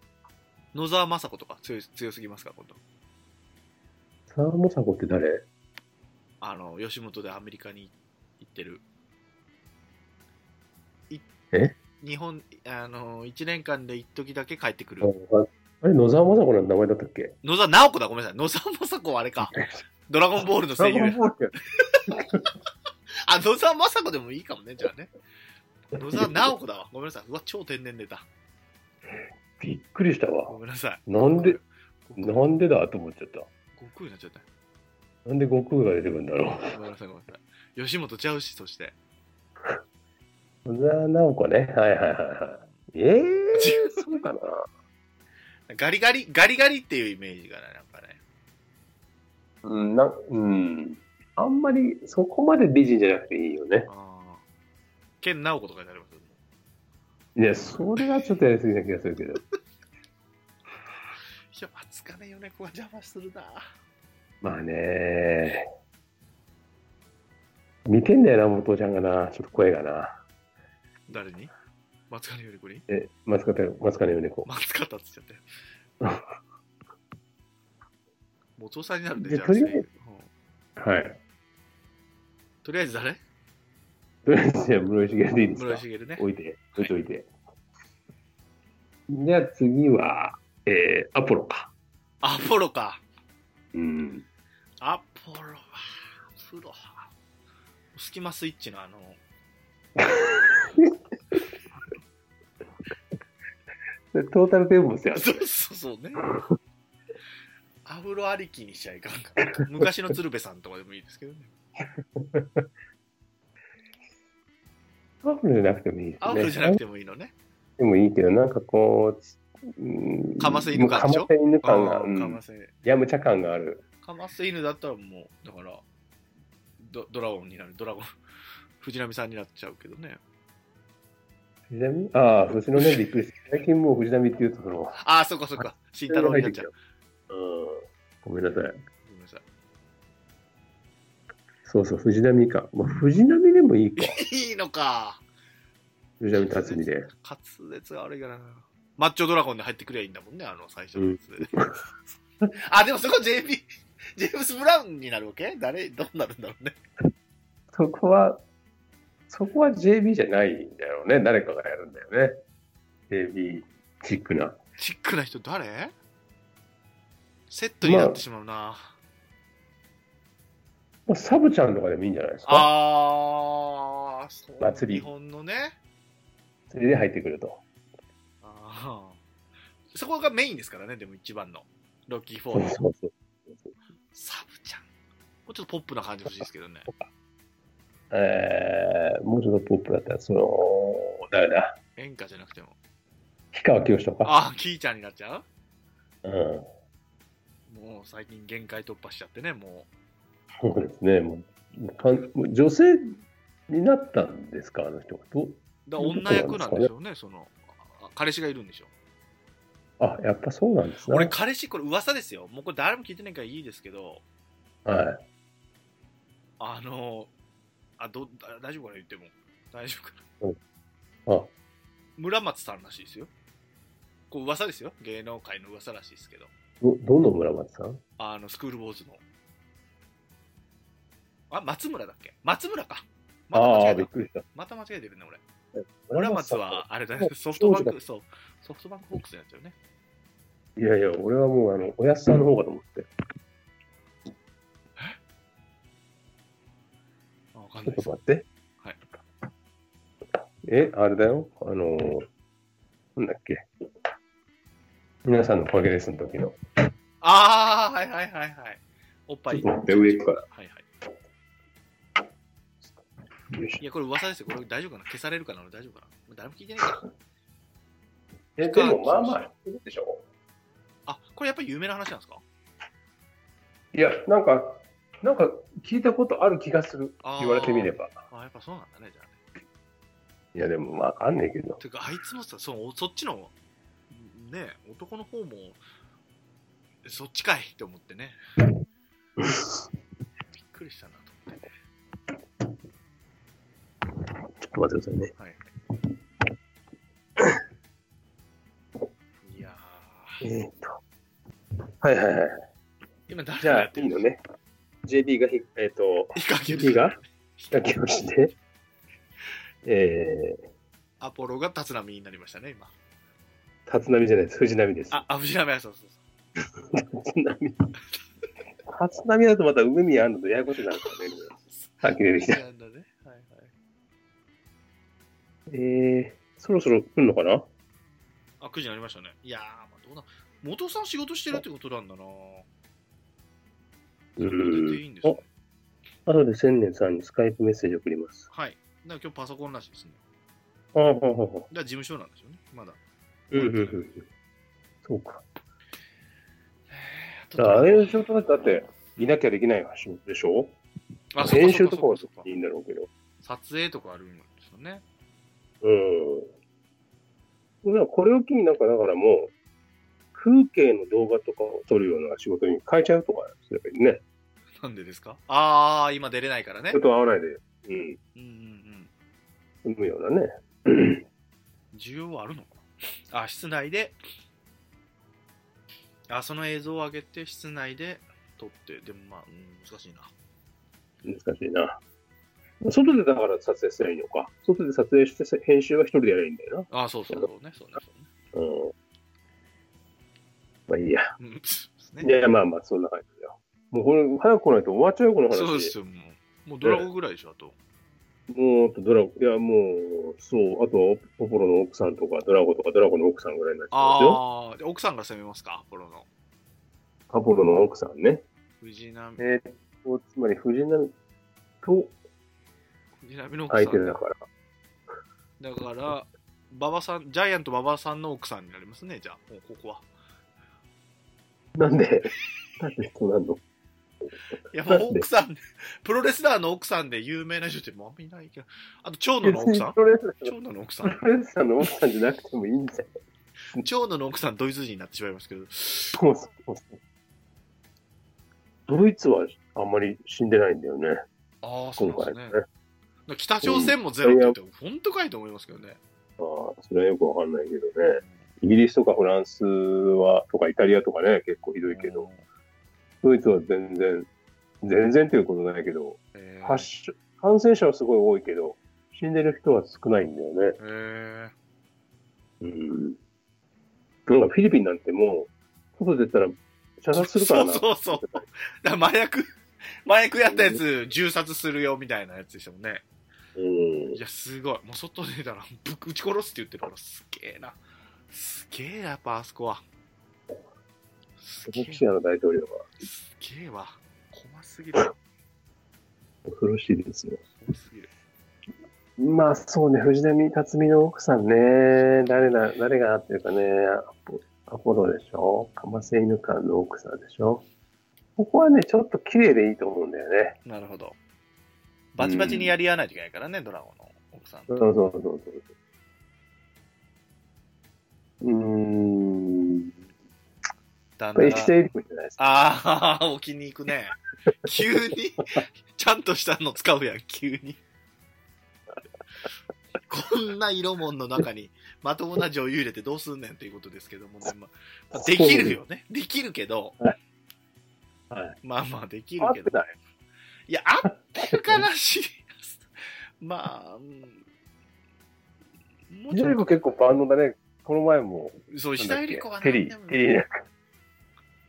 野沢雅子とか強い強すぎますか、今度。
な。沢モサコって誰
あの、吉本でアメリカに行ってる。い
え
日本、あの、1年間で一時だけ帰ってく
あ
る。
あれ、野沢雅子の名前だったっけ
野沢直子だ、ごめんなさい。野沢雅子はあ
*laughs*
れか。ドラゴンボールの声優。あ、野沢雅子でもいいかもね、じゃあね。野沢直子だわ。ごめんなさい。うわ、超天然出た。
びっくりした
ご
わ。
めんなさい。
なんで、
悟空
なんでだと思っちゃった。
悟空になっちゃった。
なんで悟空が出てくるんだろ
ごめんなさい、ごめんなさい。吉本ちゃうし、そして。
う。野沢直子ね。はいはいはいはい。ええー、そうかな。
ガリガリ、ガリガリっていうイメージがね、なんかね。
うん、な、うん。あんまりそこまで美人じゃなくていいよね。
ああ。ケンナオコとかになりますよね
いや、それはちょっとやりすぎな気がするけど。
いや、つかね、米子は邪魔するな。
まあね。似てんだよな、元ちゃんがな。ちょっと声がな。
誰に松金よりこり
え、松方、松金米子。
松方って言っちゃ *laughs* ったよ。もう調査になるんで、
で
じゃあ。
とりあえず
うん
はい。
とりあえず誰
とりあえず、じゃあ、室井茂でいいです
室
か
井。茂ね。
置いて、置いといて。じゃあ次は、えー、アポロか。
アポロか。
うん。
アポロは、アポロは。スキマスイッチのあ *laughs* の、
でトータルテンボスや。
そうそうそうね。アフロありきにしちゃいかんから。昔の鶴瓶さんとかでもいいですけどね。
アフロじゃなくてもいいですね。
アフロじゃなくてもいいのね。
でもいいけど、なんかこう、うん
かませ犬感でしょ
かませ犬
あ
感が、う
ーか
ん
ま、せ、
やむちゃ感がある。
かませ犬だったらもう、だから、ドドラゴンになる、ドラゴン、 *laughs* 藤波さんになっちゃうけどね。
藤波ああ、藤のね、びっくり
*laughs*
した。最近もう藤波って言うと、その、
ああ、そっかそっか。慎太郎になっちゃう。
うん。ごめんなさい。
ごめんなさ
そうそう、藤波か。まあ、藤波でもいいか。
い。いいのか。
藤波辰巳で。
滑舌が悪いからな。マッチョドラゴンで入ってくりゃいいんだもんね、あの、最初のやつで。 *laughs* あ、でもそこ JB、ジェームス・ブラウンになるわけ誰、どうなるんだろうね。
そこは、そこは JB じゃないんだよね。誰かがやるんだよね。JB チックな。
チックな人誰セットになってしまうな。
まあ、サブちゃんとかでもいいんじゃないですか。
あー、そう
祭り
日本のね。
それで入ってくると。
あーそこがメインですからね、でも一番の。ロッキーフォ
そ
ー
う
の
そうそう。
サブちゃん。もうちょっとポップな感じ欲しいですけどね。
*laughs* えー、もうちょっとポップだったら、その、誰だ、
演歌じゃなくても。
氷川きよしとか。
あー、キーちゃんになっちゃう
うん。
もう最近限界突破しちゃってね、も
そうですね。もうかんもう女性になったんですか、あの人が。どう
う。だから女役なんでしょうね、その。あ彼氏がいるんでしょ
あ、やっぱそうなんですね。
俺、彼氏、これ噂ですよ。もうこれ誰も聞いてないからいいですけど、
はい。
あの、あ、ど、あ大丈夫かな言っても。大丈夫かな。
うんあ
村松さんらしいですよ。こう噂ですよ。芸能界の噂らしいですけど。
ど、どの村松さん
あの、スクールウォーズの。あ、松村だっけ松村か。また間
あ
違
あ
え。
ー、びったくりした。
また間違えてるね、俺。村松
さん。
は、あれだね、ソフトバン
そう
ク、そう、ソフトバンクホークスになっちゃうね。
いやいや、俺はもう、あの、おやすさんの方かと思って。
あわかん
ちょ
ない
っ
です
と。待って。
はい。
え、あれだよ。あのー、なんだっけ。皆さんのおかげですの時の。
ああ、はいはいはいはい。おっぱい。
ちょっと待って上行くから
はいはい。
よいし
いや、これ噂ですよ。これ大丈夫かな消されるかな俺大丈夫かな誰も聞いてないから。
ょえ、
で
でも、
もま
ま
あ
あ
ま
ま
あ
あ、いるでしょ
あ、これやっぱり有名な話なんですか
いや、なんか、なんか、聞いたことある気がする。
あー
言われてみれば。
あやっぱそうなんだね、じゃあね。
いや、でも、わかんねえけど。
てか、あいつもさ、そのそっちの、ね、男の方も、そっちかいって思ってね。びっくりしたなと思って。
ちょっと待ってくださいね。
はい。いやー
えーっと。はいはいはい。
今誰
じ
が
ゃ
や
あ
っ、て
い
る
いのね。JB がひ、えーっと、
ヒカキン
雪が引っ掛けをして、えー、
アポロが立浪になりましたね、今。
立浪じゃないです。藤波です。
あ、あ、藤波そうそうそ
立浪。立浪だとまた梅宮あんのとややこしくなるからね。さっき出
う。
てきた。
なんだね。はいはい。
えー、そろそろ来るのかな
あ、9時になりましたね。いやー、まあ、どうな、元さん仕事してるってことなんだな
う
出ていいん
ん
で。すね
お、後で千年さんにスカイプメッセージ送ります。
はい。だから今日パソコンらしいですね。
ああ、はあ、はあ。
だから事務所なんですよね、まだ。
うんうんうん。そうか。
ち
だからああいう仕事だって、だって、いなきゃできない仕事でしょ
あ、そうか
編集とか
そう
は
かそうか
いいんだろうけど。
撮影とかあるんですよね。
うん。でもこれを機になんかだからもう、風景の動画とかを撮るような仕事に変えちゃうとかすればいいね。
なんでですかああ、今出れないからね
人。と会わないで、うん、
うんうんうん。
産むようなね。
需要はあるのかなあ、室内で、あ、その映像を上げて、室内で撮って、でもまあ、うん、難しいな。
難しいな。外でだから撮影すればいいのか。外で撮影してさ編集は一人でやればいいんだよ
あ、そうそうそうね、そうね、そう
な。
ね。
うん。まあいいや。
うん、です
い
ね。
や、まあまあ、そんな感じだよ。もうこれ、早く来ないと終わっちゃうよ、この話。
そうですよ、もう。もうドラゴンぐらいでしょ、あと。
もう、あとドラゴ、いや、もう、そう、あと、ポポロの奥さんとか、ドラゴとか、ドラゴの奥さんぐらいになっちゃうでしょ。
ああ、で奥さんが攻めますか、アポロの。
アポロの奥さんね。
藤波、
えー、と、つまり、藤波と
藤波の奥
相
さ
手
ん
だから。
だから、馬場さん、ジャイアント馬場さんの奥さんになりますね、じゃあ、もうここは。
なんで、なんでそうなんの
いや、も
なん
う
で
奥さん、プロレスラーの奥さんで有名な人ってもうあんまいないけど、あと、長野の奥
別
さ
に
ん
プロレスラー
長野の奥さん
プロレスラーの奥さんじゃなくてもいいんじゃ
長野の奥さん、ドイツ人になってしまいますけど、
ん。もうそうそうドイツはあんまり死んでないんだよね、
ああ、そう
今
な
回
んですね
ね。。
だから北朝鮮もゼロって言って、本当かいと思いますけどね。
ああ、それはよくわかんないけどね。イギリスとかフランスは、とかイタリアとかね、結構ひどいけど、ドイツは全然、全然ということないけど、
えー
発症感染者はすごい多いけど、死んでる人は少ないんだよね。
え
うん。なんかフィリピンなんてもう、外出たら射殺するからな。
そうそう
*laughs*
そうー、だから麻薬、麻薬やったやつ、銃殺するよみたいなやつでしたもんね。
うん
い。や、すごい。もう外出たら、 *laughs* ぶっ撃ち殺すって言ってるから、すげえな。すげえな、やっぱあそこは。すげ
ボク
え
シ、アの大統領が
すげえわ。怖すぎる。怖
恐ろしいですよ。
すぎる。
まあそうね、藤波辰巳の奥さんね、誰な、誰がっていうかね、アポアポロでしょ、かませ犬館の奥さんでしょ。ここはね、ちょっと綺麗でいいと思うんだよね。
なるほど。バチバチにやり合わないといけないからね、ドラゴンの奥さん
そう
と。
そうそうそう。うーん。
旦
こ
那
れ、
が
石田ゆり子じゃないですか。
ああ、置きに行くね。急に、ちゃんとしたの使うやん、急に。こんな色もんの中に、まともな女優入れてどうすんねんということですけどもね。まあできるよね。できるけど、
はい。
まあまあできる
合っ
け
て
ど。
ない。
いや、合ってるからし、まあ、うんもう
石
ち
田ゆ
ょ
り
っ
子結構万能だね。この前も。
と、そう、石田ゆり子は
テ
何
リ
で
ー。
も
テリーね。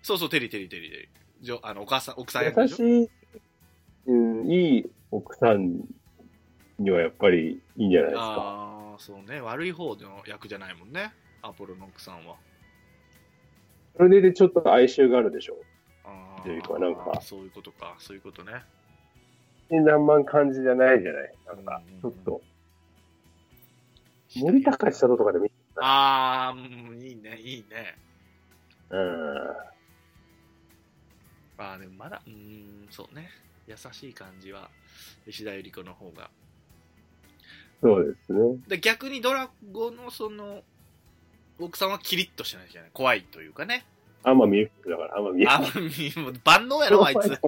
そうそう、テリーテリーテリーテリー。じょあの、お母さん、奥さん役
優
でしょ
しい、うん、いい奥さんにはやっぱりいいんじゃないですか。
ああ、そうね。悪い方の役じゃないもんね。アポロの奥さんは。
それでちょっと哀愁があるでしょ。
あー
というかなんか
そういうことか。そういうことね。
何万感じじゃないじゃない。なんか、ちょっと。森高千里とかでもいい。
ああ、うんいいね、いいね。
うん。
ああ、でもまだ、うーん、そうね。優しい感じは、石田ゆり子の方が。
そうですね。
で逆にドラゴのその、奥さんはキリッとしてないじゃない。怖いというかね。
天海祐希だから、天海祐
あ、
希。
もう万能やろ、あいつ。
*laughs*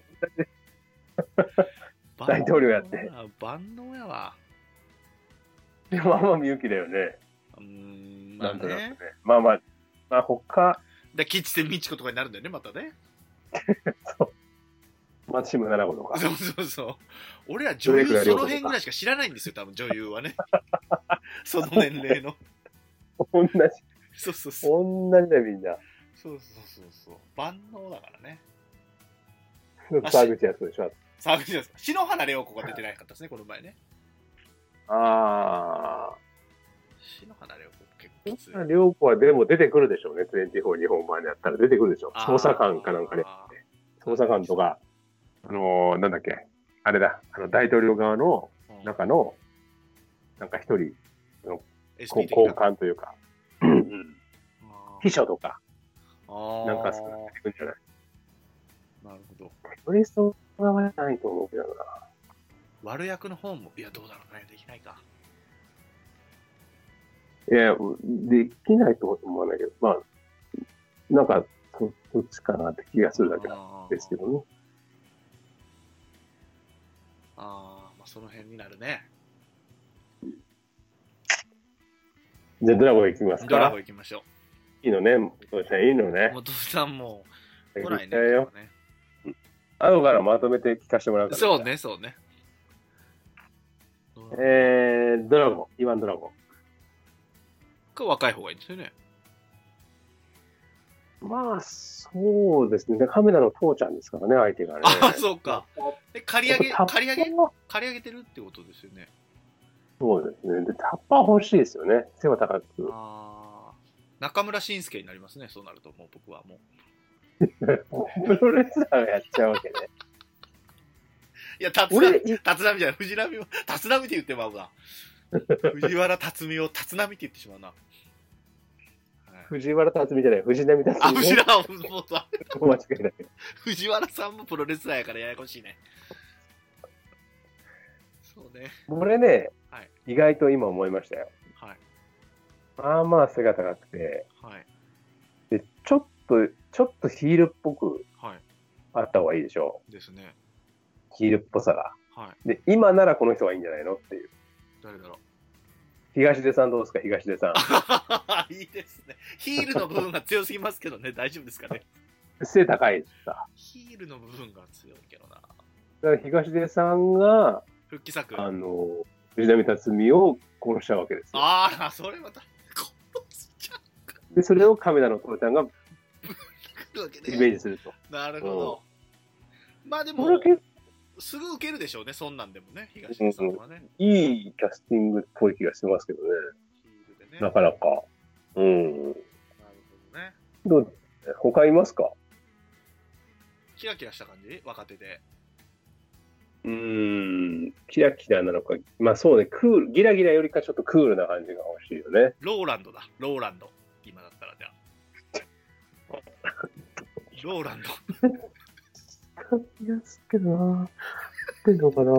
大統領やって
万能やわ。
でも天海祐希だよね。
うーん、ま
な
あ
んとなくね
ね。。
まあまあ、まあ他、
で、吉瀬美智子とかになるんだよね、またね。
松島奈々子と
*laughs*
か。
そうそうそう。俺ら女優その辺ぐらいしか知らないんですよ、多分女優はね。 *laughs* その年齢の。
同じ、
そうそうそう。
同じだよみんな。
そうそうそうそう。万能だからね。あ
沢口康でしょ。
沢口です。篠原涼子が出てなかったですね、この前ね。
ああ。
篠原涼子結構きつい。
両子はでも出てくるでしょうね。24日本版でやったら出てくるでしょう。捜査官かなんかね。
あ
捜査官とか、あのーなんだっけ、あれだ、あの大統領側の
ー。うん
中の、なんか一人、こ
SP
う
的
交
な。
換というか、うん
あー
秘書とか、
あー
なんか少なってくんじゃない
なるほど。
テロリスト側じゃないと思うけどな。
悪役の方も、いや、どうだろうね。できないか。
いや、できないと思わないけど、まあ、なんか、そそっちかなって気がするだけなん
あ
ですけどね。
あー、まあ、その辺になるね。
じゃあ、ドラゴン行きます
ドラ
か
ゴ。ン行きましょ
いいのね。そうですね、いいの
う。
ね。
元さんも来ない
行き
ね
たいよ。。
今日ね
後からまとめて聞かせてもらうから。
そう。ね、そうね。
え
結
ー、ドラゴン、イワンドラゴ
構若い方がいいんですよね。
ン。まあ、そうですね。でカメラの父ちゃんですからね、相手がね。
ああ、そうか。え、借り上げ、
タッパー
借り上げ、借り上げてるってことですよね。
そうですね。で、タッパー欲しいですよね。背は高く。
ああ。中村慎介になりますね、そうなると、もう僕はもう。
プロレスラーがやっちゃうわけね。
*laughs* いや、立浪
俺、、い
立浪じゃない、藤浪を、立浪って言ってまうな。藤原辰巳を立浪って言ってしまうな。はい
藤原辰巳じゃない、藤波
あ、
辰巳、
藤
ね。
原、もうさ
間違い *laughs* ない。
藤原さんもプロレスラーやからややこしいね。そうね。
これね、
はい
意外と今思いましたよ。
はい。
まあまあ背が高くて、
はい。
で、ちょっと、ちょっとヒールっぽく
は
あった方がいいでしょ
い。ですね。
う。ヒールっぽさが。
はい。
で、今ならこの人がいいんじゃないのっていう。
誰だろう。
東出さんどうですか、東出さん。
*laughs* いいですね。ヒールの部分が強すぎますけどね、大丈夫ですかね。
背高いですか。
ヒールの部分が強いけどな。
だから東出さんが、
復帰作。
あ
あ
の、藤波辰巳を殺しちゃうわけですよ。
あー、それまた、殺しちゃ
で、それを亀田の父ちゃんが
うわけ
イメー
ね。
ジすると。
なるほど。まあで
これ
も、
結
すぐ受けるでしょうね、そんなんでもね、東出さんはね。
構いいキャスティングっぽい気がしますけどね。
ヒールでね。
な
なる
かなか。うん。
ほどね。
どう他いますか
キラキラした感じ若手で。
うーん、キラキラなのか、まあそうね、クール、ギラギラよりかちょっとクールな感じが欲しいよね。
ローランドだ、ローランド。今だったらじゃあ。
*laughs*
ローランド。
感じがすけどな。ってんのかな。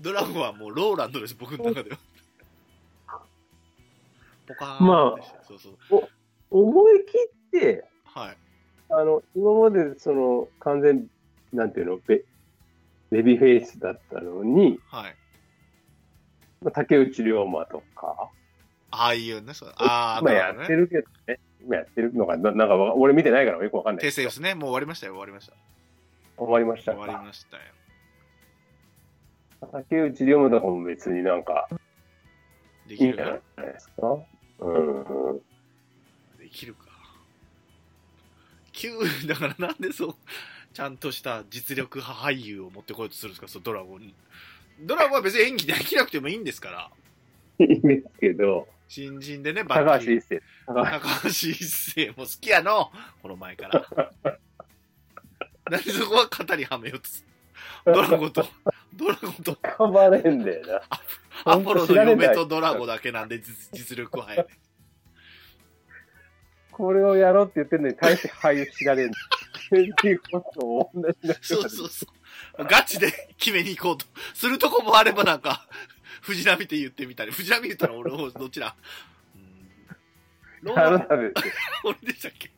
ドラゴンはもうローランドです、僕の中では。ポカーン
まあ
でしたそうそう。
思い切って、
はい。
あの、今までその完全、なんていうの、ベベビーフェイスだったのに、
はい。
まあ、竹内涼真とか、
ああいうね、そうああ、
今
な
や
るほ
っ
ど
て
ね。
るけどね。今やってるのかな、なんかわ俺見てないからよくわかんない
訂。正ですね。もう終わりましたよ、終わりました。
終わりました
終わり
か。
ましたよ。
竹内涼真とかも別になんか
で
い
き
いん
る
じゃない
か
ですか。うん。
できるか。9、だ *laughs* からなんでそう、ちゃんとした実力派俳優を持ってこようとするんですか、そうドラゴンに。ドラゴンは別に演技できなくてもいいんですから。
いいんですけど、
新人でね、バ
高
ッ
橋
キー
一
*laughs*
生。高橋
高橋一生も好きやの、この前から。なんでそこは肩にはめようとすドラゴンと、ドラゴンと、
カバレンデーな。
アポロの嫁とドラゴンだけなんで実実力派やね。
これをやろうって言ってんのに対して俳優知ら *laughs* れんの。っていうことを同じだけ
そうそうそう。ガチで決めに行こうと。するとこもあればなんか、藤波って言ってみたり。藤波言ったら俺もどっちだうんローランド、
改めて。
俺でしたっけ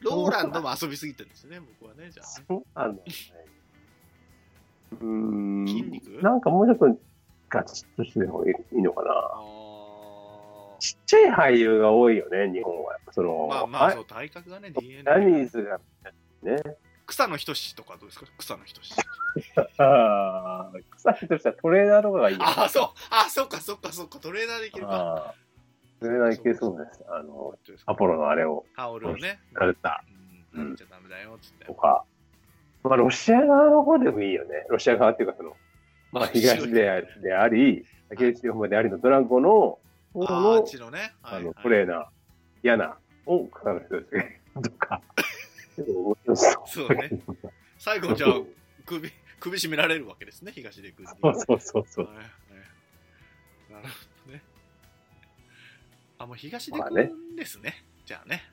ローランドも遊びすぎてるんですね、僕はね。じゃあね、
そうなんだよね。う
筋
ーん。
肉
なんかもうちょっとガチッとしてもいいのかな。
あ
ちっちゃい俳優が多いよね、日本は。その
ー、まあまあ、
あ
そう、体格がね、DNA
ジ。ャニーズが、
草野仁志とかどうですか草野仁志。
あー草木としてはトレーナーとかがいいよ。
ああ、そう。ああ、そっかそっかそっか。トレーナーできる
あ
か。
ートレーナーいけそうです。あの、アポ
ロ。
ロのあれを、
タオルをね。
された。
う。
うんん
やっちゃダメだよ、つって
と。か、まあ、ロシア側の方でもいいよね。ロシア側っていうか、その、まあ、東であであり、竹内方までありのドラゴンの方
ああ、あっ
の
ちのね。
あ
はい
の
はい
トレーナー、ヤナを語る人です
*laughs*
ね。とか、でも面白そう
そうね。最後、じゃあ、首、首絞められるわけですね、東出君に。
そうそうそうそう。
はいはいなるほどね。あ、もう東出
まあね
君ですね。じゃあね。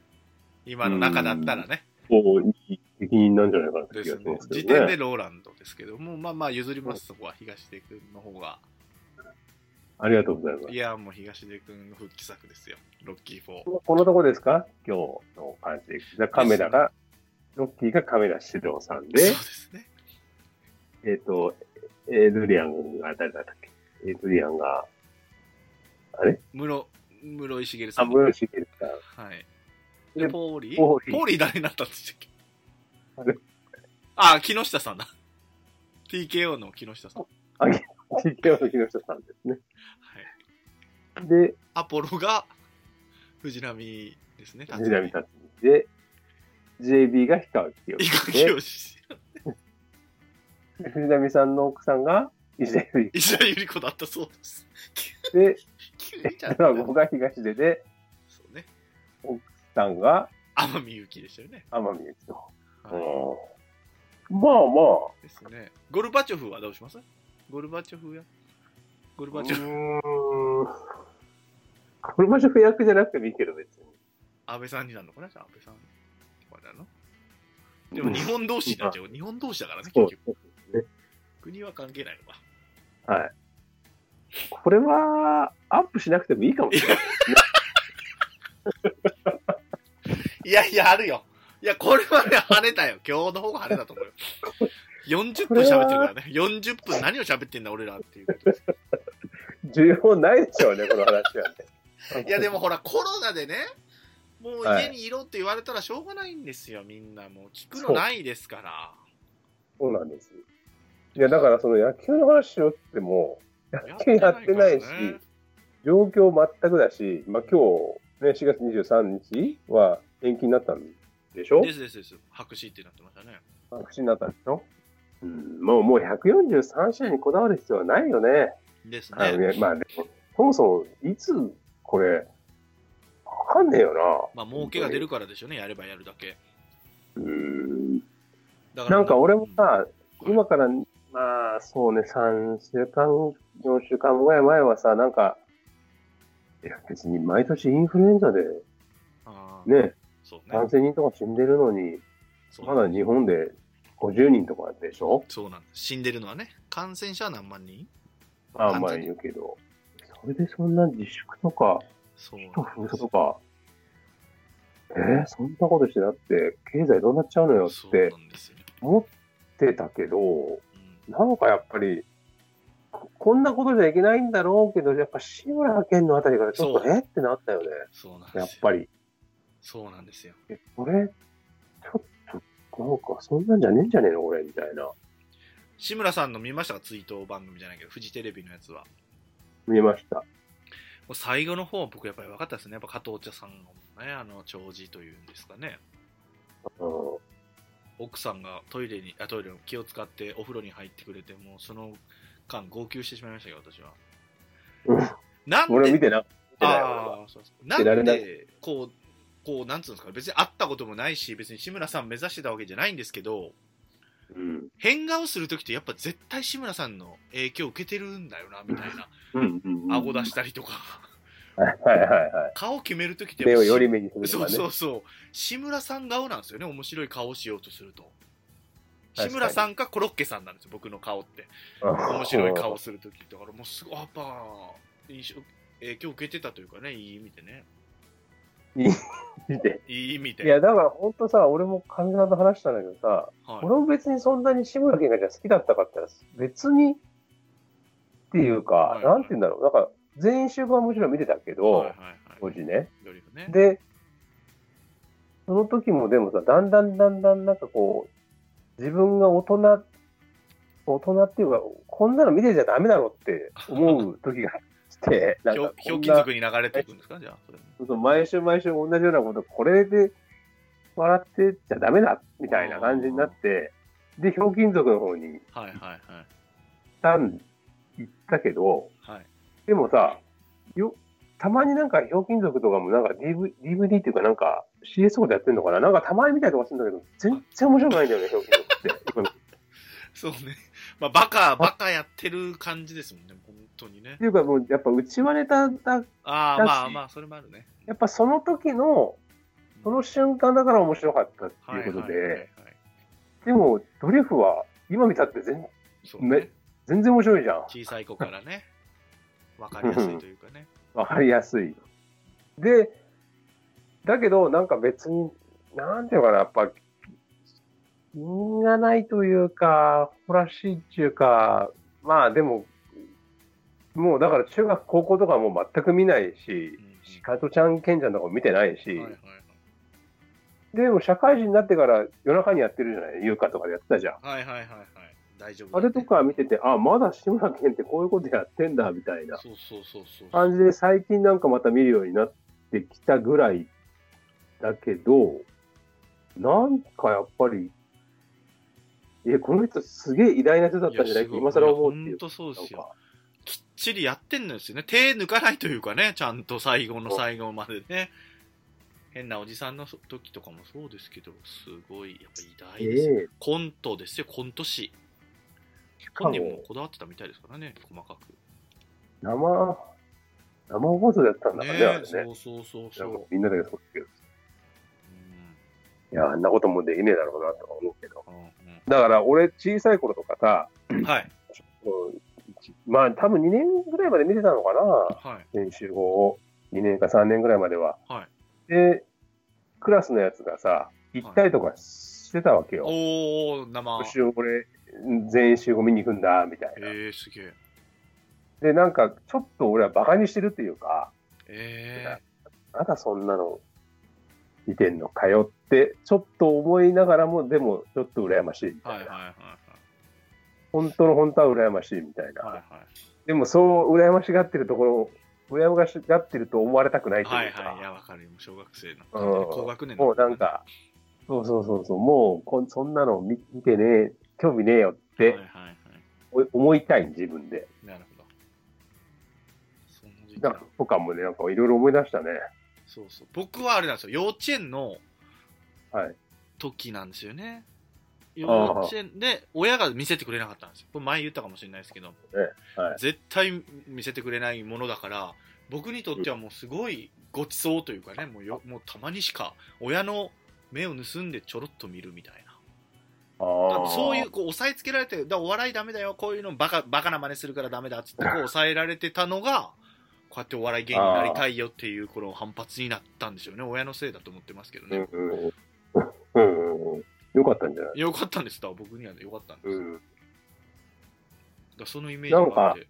今の中だったらね。
こういい責任なんじゃないかなって
で
気が
す
し
ね
ま。すけ
時
ど
点
ね
で。ローランドですけども、まあまあ譲ります、そこは東出君の方が。
ありがとうございま
い
す。
や、もう東出君の復帰作ですよ。ロッキー4。
このとこですか今日の感じで。じゃあ亀田が、ロッキーが亀田史郎さん
そう
で、
ですね。
えっ、と、エドリアンが誰だったっけエドリアンが、
室、室井茂さ
あ、
ん。
室井茂さん。
はい。
で
で、ポーリー
ポーリー
ポーリー誰になったんでしたっけ
あれ
あ木下さんだ。TKO の木下さん。はい。
TKO の木下さんですね。で、
アポロが藤波ですね。
藤波達美で、JB が氷川きよ
伊賀
しで、
清志。
*laughs* 藤波さんの奥さんが石田ゆり
石田ゆり子だったそうです。 *laughs*
で、
急
*laughs*
にじゃん。
ドラゴンが東出で、
そうね。
さんが
天海祐希でしたよね。
天海祐希と。
は
うんまあまあ、
い、ですね。ゴルバチョフはどうしますゴルバチョフやゴルバチョフ、
うーんこれも職役じゃなくてもいいけど、別に。
安倍さんになるのかなじゃあ安倍さんとかなのでも日本同士になっちゃう。日本同士だからね、
そう
結局。国は関係ないのか。
はい。これは、アップしなくてもいいかもしれない。 *laughs*
いやいや、あるよ。いや、これはね、晴れたよ。今日の方が晴れだと思うよ。40分喋ってるからね。40分何を喋ってんだ、俺らっていうことです。
需要ないでしょうね、この話はね。
いや、でもほら、コロナでね、もう家にいろって言われたらしょうがないんですよ、みんな。もう聞くのないですから。
そうなんです。いや、だからその野球の話しようって言っても、そうやってないし
やってないからね
状況全くだし、まあ今日、ね、4月23日は延期になったんでしょ
ですですです。白紙ってなってましたね。
白紙になったんでしょうん、もうもう143試合にこだわる必要はないよね。
です
あの
ね。
ね、まあでも、そもそも、いつ、これ、わかんねえよ
まあ、儲けが出るからでしょうね、やればやるだけ。
な。うん。
だから
なんか俺もさ、
うん
今から、まあそうね、3週間、4週間ぐらい前はさ、なんか、いや別に毎年インフルエンザで
あー
ね、
そうね
何。千人とか死んでるのに、
そう
まだ日本で50人とかでしょ
そうなんです。死んでるのはね、感染者は何万人
まあ
完
まあ
全に
言うけど、それでそんな自粛とか、
そうなん
人
です
封鎖とか、えー、そんなことしてだって、経済どうなっちゃうのよ
そ
っ
う
て
なんですよ、
思ってたけど、
うん
なんかやっぱり、ここんなことじゃいけないんだろうけど、やっぱ志村けんのあたりからちょっと
そう
えってなったよね、
そうなんですよ。
やっぱり。
そうなんですよ。
えこれ、ちょっと、なんかそんなんじゃねえんじゃねえの、これ、みたいな。
志村さんの見ましたか追悼番組じゃないけど、フジテレビのやつは。
見えました。
もう最後の方は僕やっぱり分かったですね。やっぱ加藤茶さんのね、あの、弔辞というんですかね。
うん
奥さんがトイレに、あ、トイレの気を使ってお風呂に入ってくれて、もうその間号泣してしまいましたよ、私は。
うん
なんで
*laughs* 俺は見てな、見てないわ。
ああ、そうそう
て
な
られ
ん
ない
で、こう、こう、なんつうんですか、別に会ったこともないし、別に志村さん目指してたわけじゃないんですけど、
うん。
変顔するときってやっぱ絶対志村さんの影響を受けてるんだよな、みたいな。
うんうんうん。
顎出したりとか、
はいはいはいはい。
顔決めるときって
目
やっ
を
ぱ
より目にすると
そ
か
う
ね。
そうそう。志村さん顔なんですよね、面白い顔をしようとすると。
か
志
に
村さんかコロッケさんなんですよ、僕の顔って。面白い顔するとき。だからもうすごい、やっぱ、印象、影響を受けてたというかね、いい意味でね。
見て。
いい意味
い
で。
や、だから本当さ、俺も神さんと話したんだけどさ、
はい
俺も別にそんなに志村けんがじゃあ好きだったかって言ったら別にっていうか、
はい
なんて言うんだろう。なんか、全員集合はもちろん見てたけど、
はいはいは
当
い
時ね。
よりもね。
で、その時もでもさ、だんだんだんだんなんかこう、自分が大人、大人っていうか、こんなの見てちゃダメだろって思う時が来て、なん
ひ
か
ょひ
こ
ょうんきん
な
族に流れていくんですかじゃあ、それ
そうそう毎週毎週同じようなこと、これで笑ってちゃダメだみたいな感じになって、で、ひょうきん族の方に行っ
はいはいはい。
たん、行ったけど、
はい。
でもさ、よ、たまになんかひょうきん族とかもなんか DV DVD っていうかなんか CS とかでやってんのかななんかたまに見たりとかするんだけど、全然面白くないんだよね、ひょうきん族って。 *laughs*
そうね。まあ、バカ、バカやってる感じですもんね、本当にね
っ。ていうかもうやっぱうちわネタだ、
ああ、
だし
まあまあ、それもあるね。
やっぱその時の、その瞬間だから面白かったっていうことで、
はいはいはいはい
でもドリフは今見たって全
そうね
ね全然面白いじゃん。
小さい子からね。わかりやすいというかね。
わかりやすい。で、だけど、なんか別に、なんていうのかな、やっぱ、品がないというか、誇らしいっていうか、まあでも、もうだから中学、高校とかもう全く見ないし
うんうん、
加トちゃん、ケンちゃんとかも見てないし、
はいはい
でも社会人になってから夜中にやってるじゃない、優香とかでやってたじゃん。
はいはいはいはいはい。大丈夫
あ
だね、
れとか見てて、あ、まだ志村けんってこういうことやってんだ、みたいな。
そうそうそうそう。
感じで最近なんかまた見るようになってきたぐらいだけど、なんかやっぱり、え、この人すげえ偉大な人だったんじゃない
や
って今更思うってい
や
う
本当そうです
なん
よ
か。
きっちりやってんですよね。手抜かないというかね、ちゃんと最後の最後までね。変なおじさんの時とかもそうですけど、すごい、やっぱ偉大ですよ。
ええ
コントですよ、コント師。
しか
本人も
も
こだわってたみたいですからね、細かく。
生、生放送だったんだからね、あ
ね
れね。
そうそうそうそ
な
う。
ん
う
かみんなだけそうですけど。い
ん
や、あんなこともできねえだろうなとか思うけど。
うん
だから俺小さい頃とかさ、
うんはい、
うんまあ多分2年ぐらいまで見てたのかな。
はい、
練習法を2年か3年ぐらいまでは。
はい
で、クラスのやつがさ、行ったりとかしてたわけよ。
おー、生
今。年をこれ、全員集合見に行くんだ、みたいな。
えー、すげえ。
で、なんか、ちょっと俺はバカにしてるっていうか、
え
まだそんなの見てんのかよって、ちょっと思いながらも、でも、ちょっと羨ましいみ
ー、は
たい
いはい
な。
はいはい。
本当の本当は羨ましいみたい
はい
な。
はい
でも、そう、羨ましがってるところ、羨ましがってると思われたくないと
はいいう
か。
はい、いや、わかるよ。小学生の、
うん
高学年の
もうなん、か、そうそうそうそう、もうこんそんなの見見てねえ、興味ねえよっ
はい
て
はいはい。
お思いたい、自分で。
なるほど。その時期
なん
だ
か、とかもね、なんかいろいろ思い出したね。
そうそう。僕はあれなんですよ。幼稚園の
はい
時なんですよね。幼
ああ
稚園で、親が見せてくれなかったんですよ。これ前言ったかもしれないですけど、
はい
絶対見せてくれないものだから、僕にとってはもうすごいごちそうというかね、もうよもうたまにしか親の目を盗んでちょろっと見るみたいな。
あ
だから
ー
そういう、こう、押さえつけられて、だからお笑いダメだよ、こういうのバカ、バカな真似するからダメだっ
*laughs*
つって、こう、抑えられてたのが、こうやってお笑い芸人になりたいよっていう、この反発になったんでしょうね。親のせいだと思ってますけど
うん
ね。
うんうん。うんうんうん。よかったんじゃない
よかったんです、だから僕にはね、よかったんです。
う
だか
ん。
らそのイメージがあって。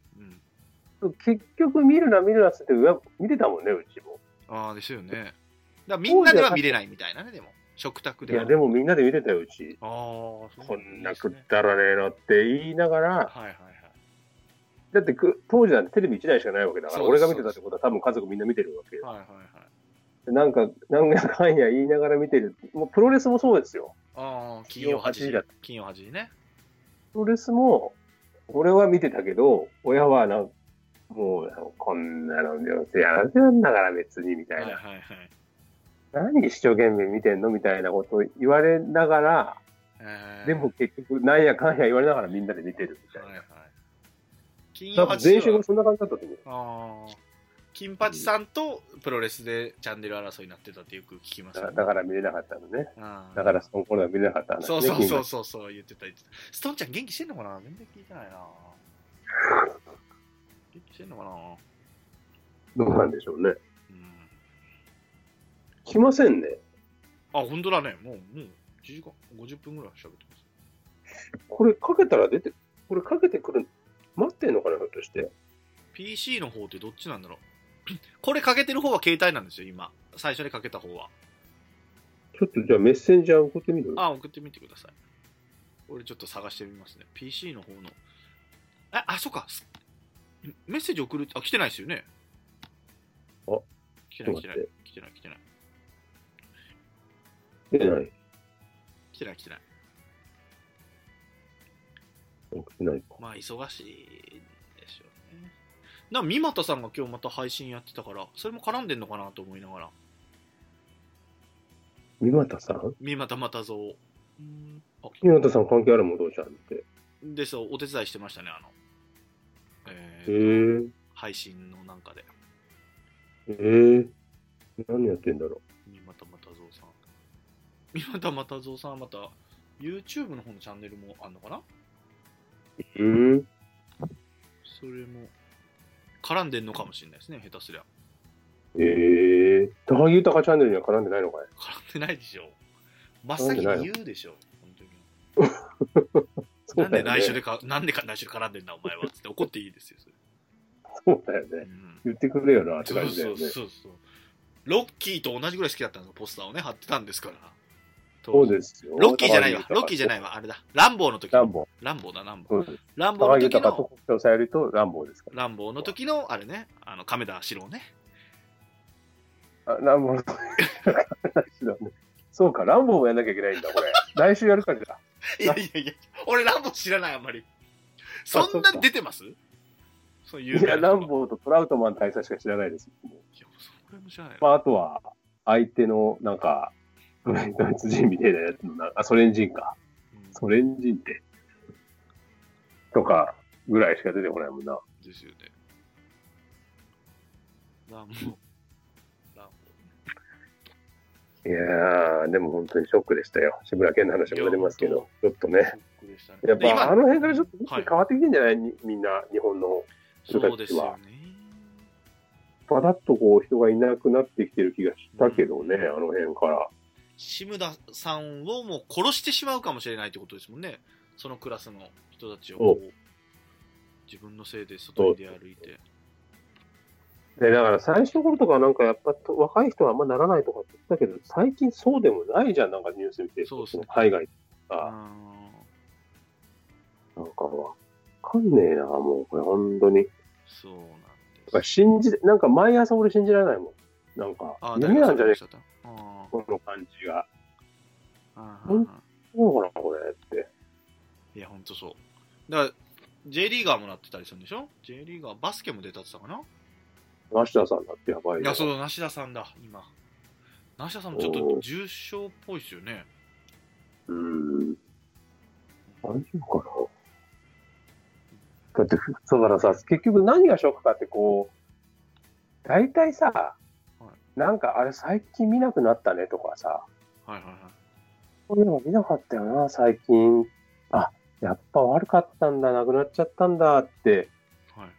うん。
結局、見るな、見るなっつって、うわ見てたもんね、うちも。
ああ、ですよね。だからみんなでは見れないみたいなね、でも。食卓
い
では。
や、でもみんなで見てたよ、うち。
ああ、そう
こんな
です
くっ
ね。
たらねえのって言いながら、
はいはいはい。
だってく当時なんてテレビ1台しかないわけだから、
そうで
俺
す
が見てたってことは多分家族みんな見てるわけよ。
はいはいはい。
なんか、なんやかんや言いながら見てる。もうプロレスもそうですよ。
ああ、金曜8
金曜8
時
時だ。
金曜8時ね。
プロレスも、俺は見てたけど、親はなんもう、こんなのでやらせなんだから別に、みた
はいいはい
な。
はい。
何一生懸命見てんのみたいなことを言われながら、
えー
でも結局、なんやかんや言われながらみんなで見てるみたい
はい
な
はい。金。
多
曜
分
8
全
時
集
は
がそんな感じだったと思う。
あー金八さんとプロレスでチャンネル争いになってたってよく聞きます
だから
よね、
だから見れなかったのね。
あー
だからその頃は見れなかったんだ
そうそうそ
そ
うそうそう言ってた言ってたストンちゃん元気してんのかな全然聞いてないな元気してんのかな
う。どうなんでしょうね。
うん
来ませんね。
あ本当だねもうもう1時間50分ぐらい喋ってます
これかけたら出て、これかけてくる、待ってんのかな、ひょっとして。
PC の方ってどっちなんだろう *clears throat* これかけてる方は携帯なんですよ今最初にかけた方は
ちょっとじゃあメッセンジャー送ってみる
あ、送ってみてください。俺ちょっと探してみますね。PC の方の。あ、あ、そっか。すメッセージ送る。あ、来てないですよね。
あ
来てない、来
ちょっと
てな
待
い
っ、
来てない、来てない、
出てない。
来てない、来てない。
送ってないか。
まあ、忙しいでしょうね。な、三股さんが今日また配信やってたから、それも絡んでんのかなと思いながら。
三股さん
三股又蔵。うんあ、
三股さん関係あるもん、どうちゃんって。へ
でそう、お手伝いしてましたね、あの。えー
え。
配信のなんかで。
へえ。何やってんだろ
三股又蔵さん。三股又蔵さんはまた、YouTube の方のチャンネルもあんのかな
う。うん。
それも、絡んでんのかもしれないですね、下手すりゃ。
ええー。高木豊チャンネルには絡んでないのかい
絡んでないでしょ。真っ先に言うでしょ、本当に。
そ
な
うんだ
で
よね
内緒でか、なんでか内緒で絡んでんだ、お前は。つって怒っていいですよ、それ。
そうだよね。
うん
言ってくれよなって
そ
感
う
じだ
そ
よ
う
ね。
そうそう。ロッキーと同じぐらい好きだったんですよポスターをね、貼ってたんですから。
そうですよ。
ロッキーじゃないわ、ロッキーじゃ
い。
ないわ、あれだ。ランボーの時。
ランボー。
ランボーだ、ランボー。
そうです。
ランボー
高木
の時
豊と
の、
国境さゆりとランボーですか
ランボーの時の、あれね、あの、亀田四郎ね。
ら。あ、ランボー *laughs* の話だね。そうか、ランボーもやんなきゃいけないんだ、これ。来週やるからじゃ。
いやいやいや、俺ランボー知らない、あんまり。
そっ
そ
か
んなに出てますそういう。
いや、ランボーとトラウトマン大佐しか知らないです。
いや、それも知らないな。
まあ、あとは、相手の、なんか、ドイツ人みたいなやつのな、あ、ソ連人か。
うん
ソ連人って。とか、ぐらいしか出てこないもんな。
ですよね。ランボー。ラン
いやー、でも本当にショックでしたよ。志村けんの話も出てますけど、ちょっと
ボー。
*laughs* ね。
ショックでしたね
やっ
で今
ぱ、あの辺からちょっと
はい
変わってきてんじゃない、にみんな、日本の。
そうですよね。
パタッとこう、人がいなくなってきてる気がしたけどね、あの辺から。
志村さんをもう殺してしまうかもしれないってことですもんね。そのクラスの人たちをこう自分のせいで外に出歩いて。
で、だから最初の頃とかはなんかやっぱと若い人はあんまならないとかって言ったけど、最近そうでもないじゃん、なんかニュース見て、
そうっすね
の海外と
う
か、
ん
なんかわかんねえな、もうこれ本当に。
そうなんです。
信じ、なんか毎朝俺信じられないもん。なんか
あ、
夢なんじゃねえか、
か。あ
この感じが。
あ
うんそうかな、これって。
いや、ほんとそう。だから、J リーガーもなってたりするんでしょ ?J リーガー、バスケも出たってたかな
梨田さんだってやばいよ
いや、そう、梨田さんだ、今。梨田さんもちょっと重症っぽいですよね。
うーん。大丈夫かなだって、そうだからさ、結局何がショックかってこう、大体さ、なんかあれ最近見なくなったねとかさ、
はいはいはい。
こういうの見なかったよな、最近。あ、やっぱ悪かったんだ、なくなっちゃったんだって、
はい、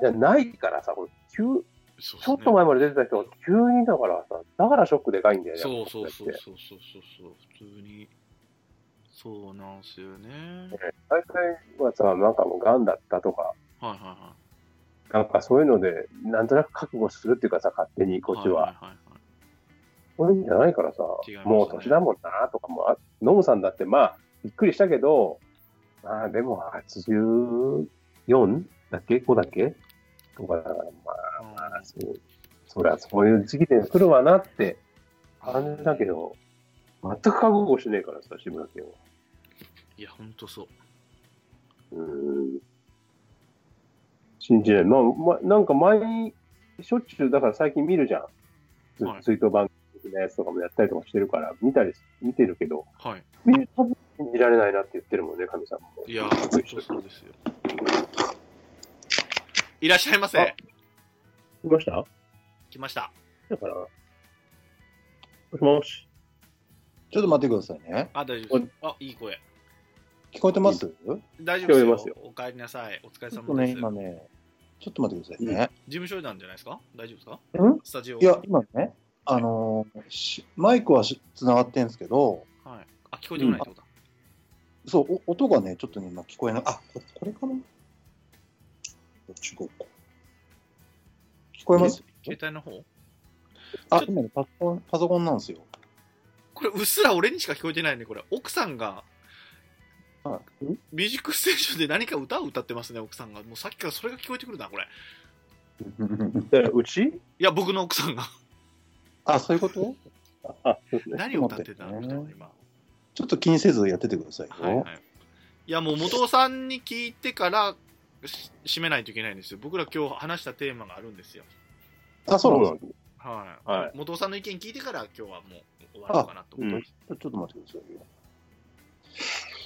じゃないからさ、これ急、
そう
ちょっと前まで出てた人が急にだからさ、だからショックでかいんだよね。
そうそうそう
だって
そうそうそうそう、普通に。そうなんすよね。
大体はさ、なんかもう癌だったとか、
はいはいは
なんかそういうので、なんとなく覚悟するっていうかさ、勝手に
い。
こっちは。
いはいはい
そういうんじゃないからさ、
違いますね
もう年だもんなとかもあ、ノムさんだってまあ、びっくりしたけど、まあでも 84? だっけ ?5 だっけとかだから、ま
はい
あ、そう、そりゃそういう時期で来るわなって感じだけど、全く覚悟しねえからさ、志村けんは。
うんいや、ほんとそう。
うーん。信じない。まあ、ま、なんか前、しょっちゅう、だから最近見るじゃん。つ
はい
追悼番組的なやつとかもやったりとかしてるから、見たりし、見てるけど、
はい。
見るたび信じられないなって言ってるもんね、神様も。
いや、ほんとそうですよ。いらっしゃいませ
あ。見ました
来ました。
だから、もしもし。
ちょっと待ってくださいね。
あ、大丈夫です。あ、いい声。
聞こえてますちょ
大丈夫で
聞
すよ
こえますよ
お帰りなさい。お疲れ
っ
様
と
で
ね、
す。
今ね、ちょっと待ってくださいね。
事務所なんじゃないですか大丈夫ですか
ん
スタジオ。
いや、今ね、あのーしマイクはし繋がってんですけど、
はい。あ、聞こえてこないってことだ。
そう、お音がね、ちょっとね、今聞こえない。あ、ここれかなこっち行こうか聞こえます
携帯の方
あ、今ねパソコン、パソコンなんですよ。
これ、うっすら俺にしか聞こえてないね、これ。奥さんが、
は
ミュージックステーションで何か歌を歌ってますね、奥さんが。もうさっきからそれが聞こえてくるな、これ。
だからうち
いや、僕の奥さんが。
あ、そういうこと
あ、そうですね。
何を歌ってたの
ね
みたいな、今。
ちょっと気にせずやっててくださいよ。
はいはい。いや、もう元尾さんに聞いてから、し締めないといけないんですよ。僕ら今日話したテーマがあるんですよ。
あ、そうなんです
んです。
はい。
はい。
元尾さんの意見聞いてから、今日はもう終わろうかなと思ってます。
ちょちょっと待ってくださいよ。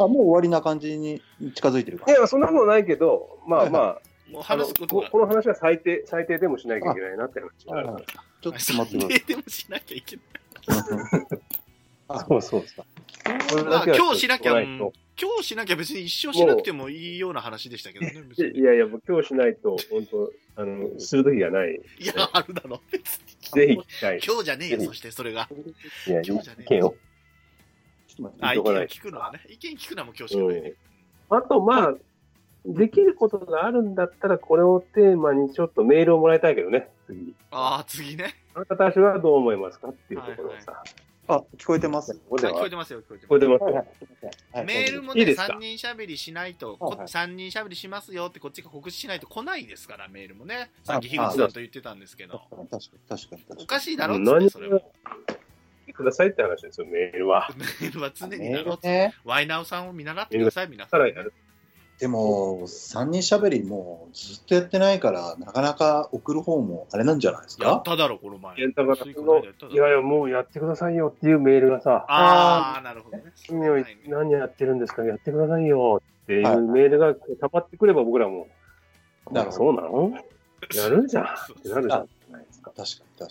あ、もう終わりな感じに近づいてるか
いや、そんなことないけど、まあまあ、
もう
あの
話すことが
この話は最低、最低でもしなきゃいけないなって
はい
話
はい。ち
*laughs*
ょっと
最
待ってくださ
低でもしなきゃいけない。
い。
そうそうそう。
まあ今日しなきゃ、うん今日しなきゃ別に一生しなくてもいいような話でしたけどね、別
*laughs*
に
いやいや、もう今日しないと、本当あの、する時がない。
いや、あるだろ、別に。
ぜひ聞きたい。
今日じゃねえよ、そしてそれが。
いや、
今日じゃね
意
え
見
よ
を。。
ちょっと待って
あ、意見
ね
ど
を
こない
聞くのはね。意見聞くのはもう今日しかないね。
あと、まあ、できることがあるんだったら、これをテーマにちょっとメールをもらいたいけどね、次。
ああ、次ね。
あなたたちはどう思いますかっていうところをさ、
あ、聞こえてます。
ここで
あ聞こ
は
え、てますよ、聞こえて
こ
ま
れでます
はいはい
す。メールも
いい
ね、
ですか
3人しゃべりしないと、
はい
こ
はい
3人しゃべりしますよってこっちが告知しないと来ないですから、メールもね。
あ
さっき樋口さんと言ってたんですけど。
確かに、確かに、確
お
か
か
に。
しいだろっ
うん
つって、それ
何
も。
くださいって話ですよ、メールは。
メールは常に
メ
だ
ー
ろ
ル
っつって。
ね。
ワイナオさんを見習ってください、皆さ
さ
ん。
らにやる。
でも、三人しゃべりもずっとやってないから、なかなか送る方もあれなんじゃないです
やっ
か
ただろ、この前。
いやだから
ついこの間やっただろ
いやいや、もうやってくださいよっていうメールがさ、
ああ、なるほどね。
君は何やってるんですか、やってくださいよってい
はいう
メールが溜まってくれば、僕らも、
なるほど
そうなのやるじゃんってなるじゃんないですか。
確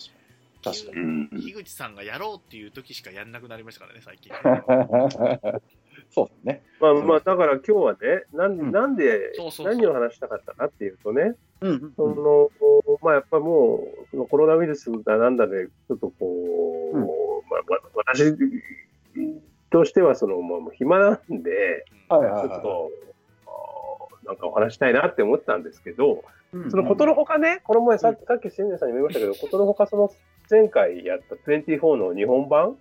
かに、確かに。
うん
樋口さんがやろうっていう時しかやんなくなりましたからね、最
*laughs*
近。
確かに。そうだね。
まあまあ、だから今日はね、なん
うん
なんで
そうそうそう
何を話したかったかっていうとね、
うん
そのまあやっぱりもう、そのコロナウイルスがなんだで、ちょっとこう、
うん
まあわ私としてはその、まあ、もう暇なんで、
うん
はい
ち
はい
ょ
は
っ
い。
と、あーなんかお話したいなって思ったんですけど、そのこと
の、
のほかね、この前さ、さっき千年さんにも言いましたけど、ことのほか、その前回やった24の日本版、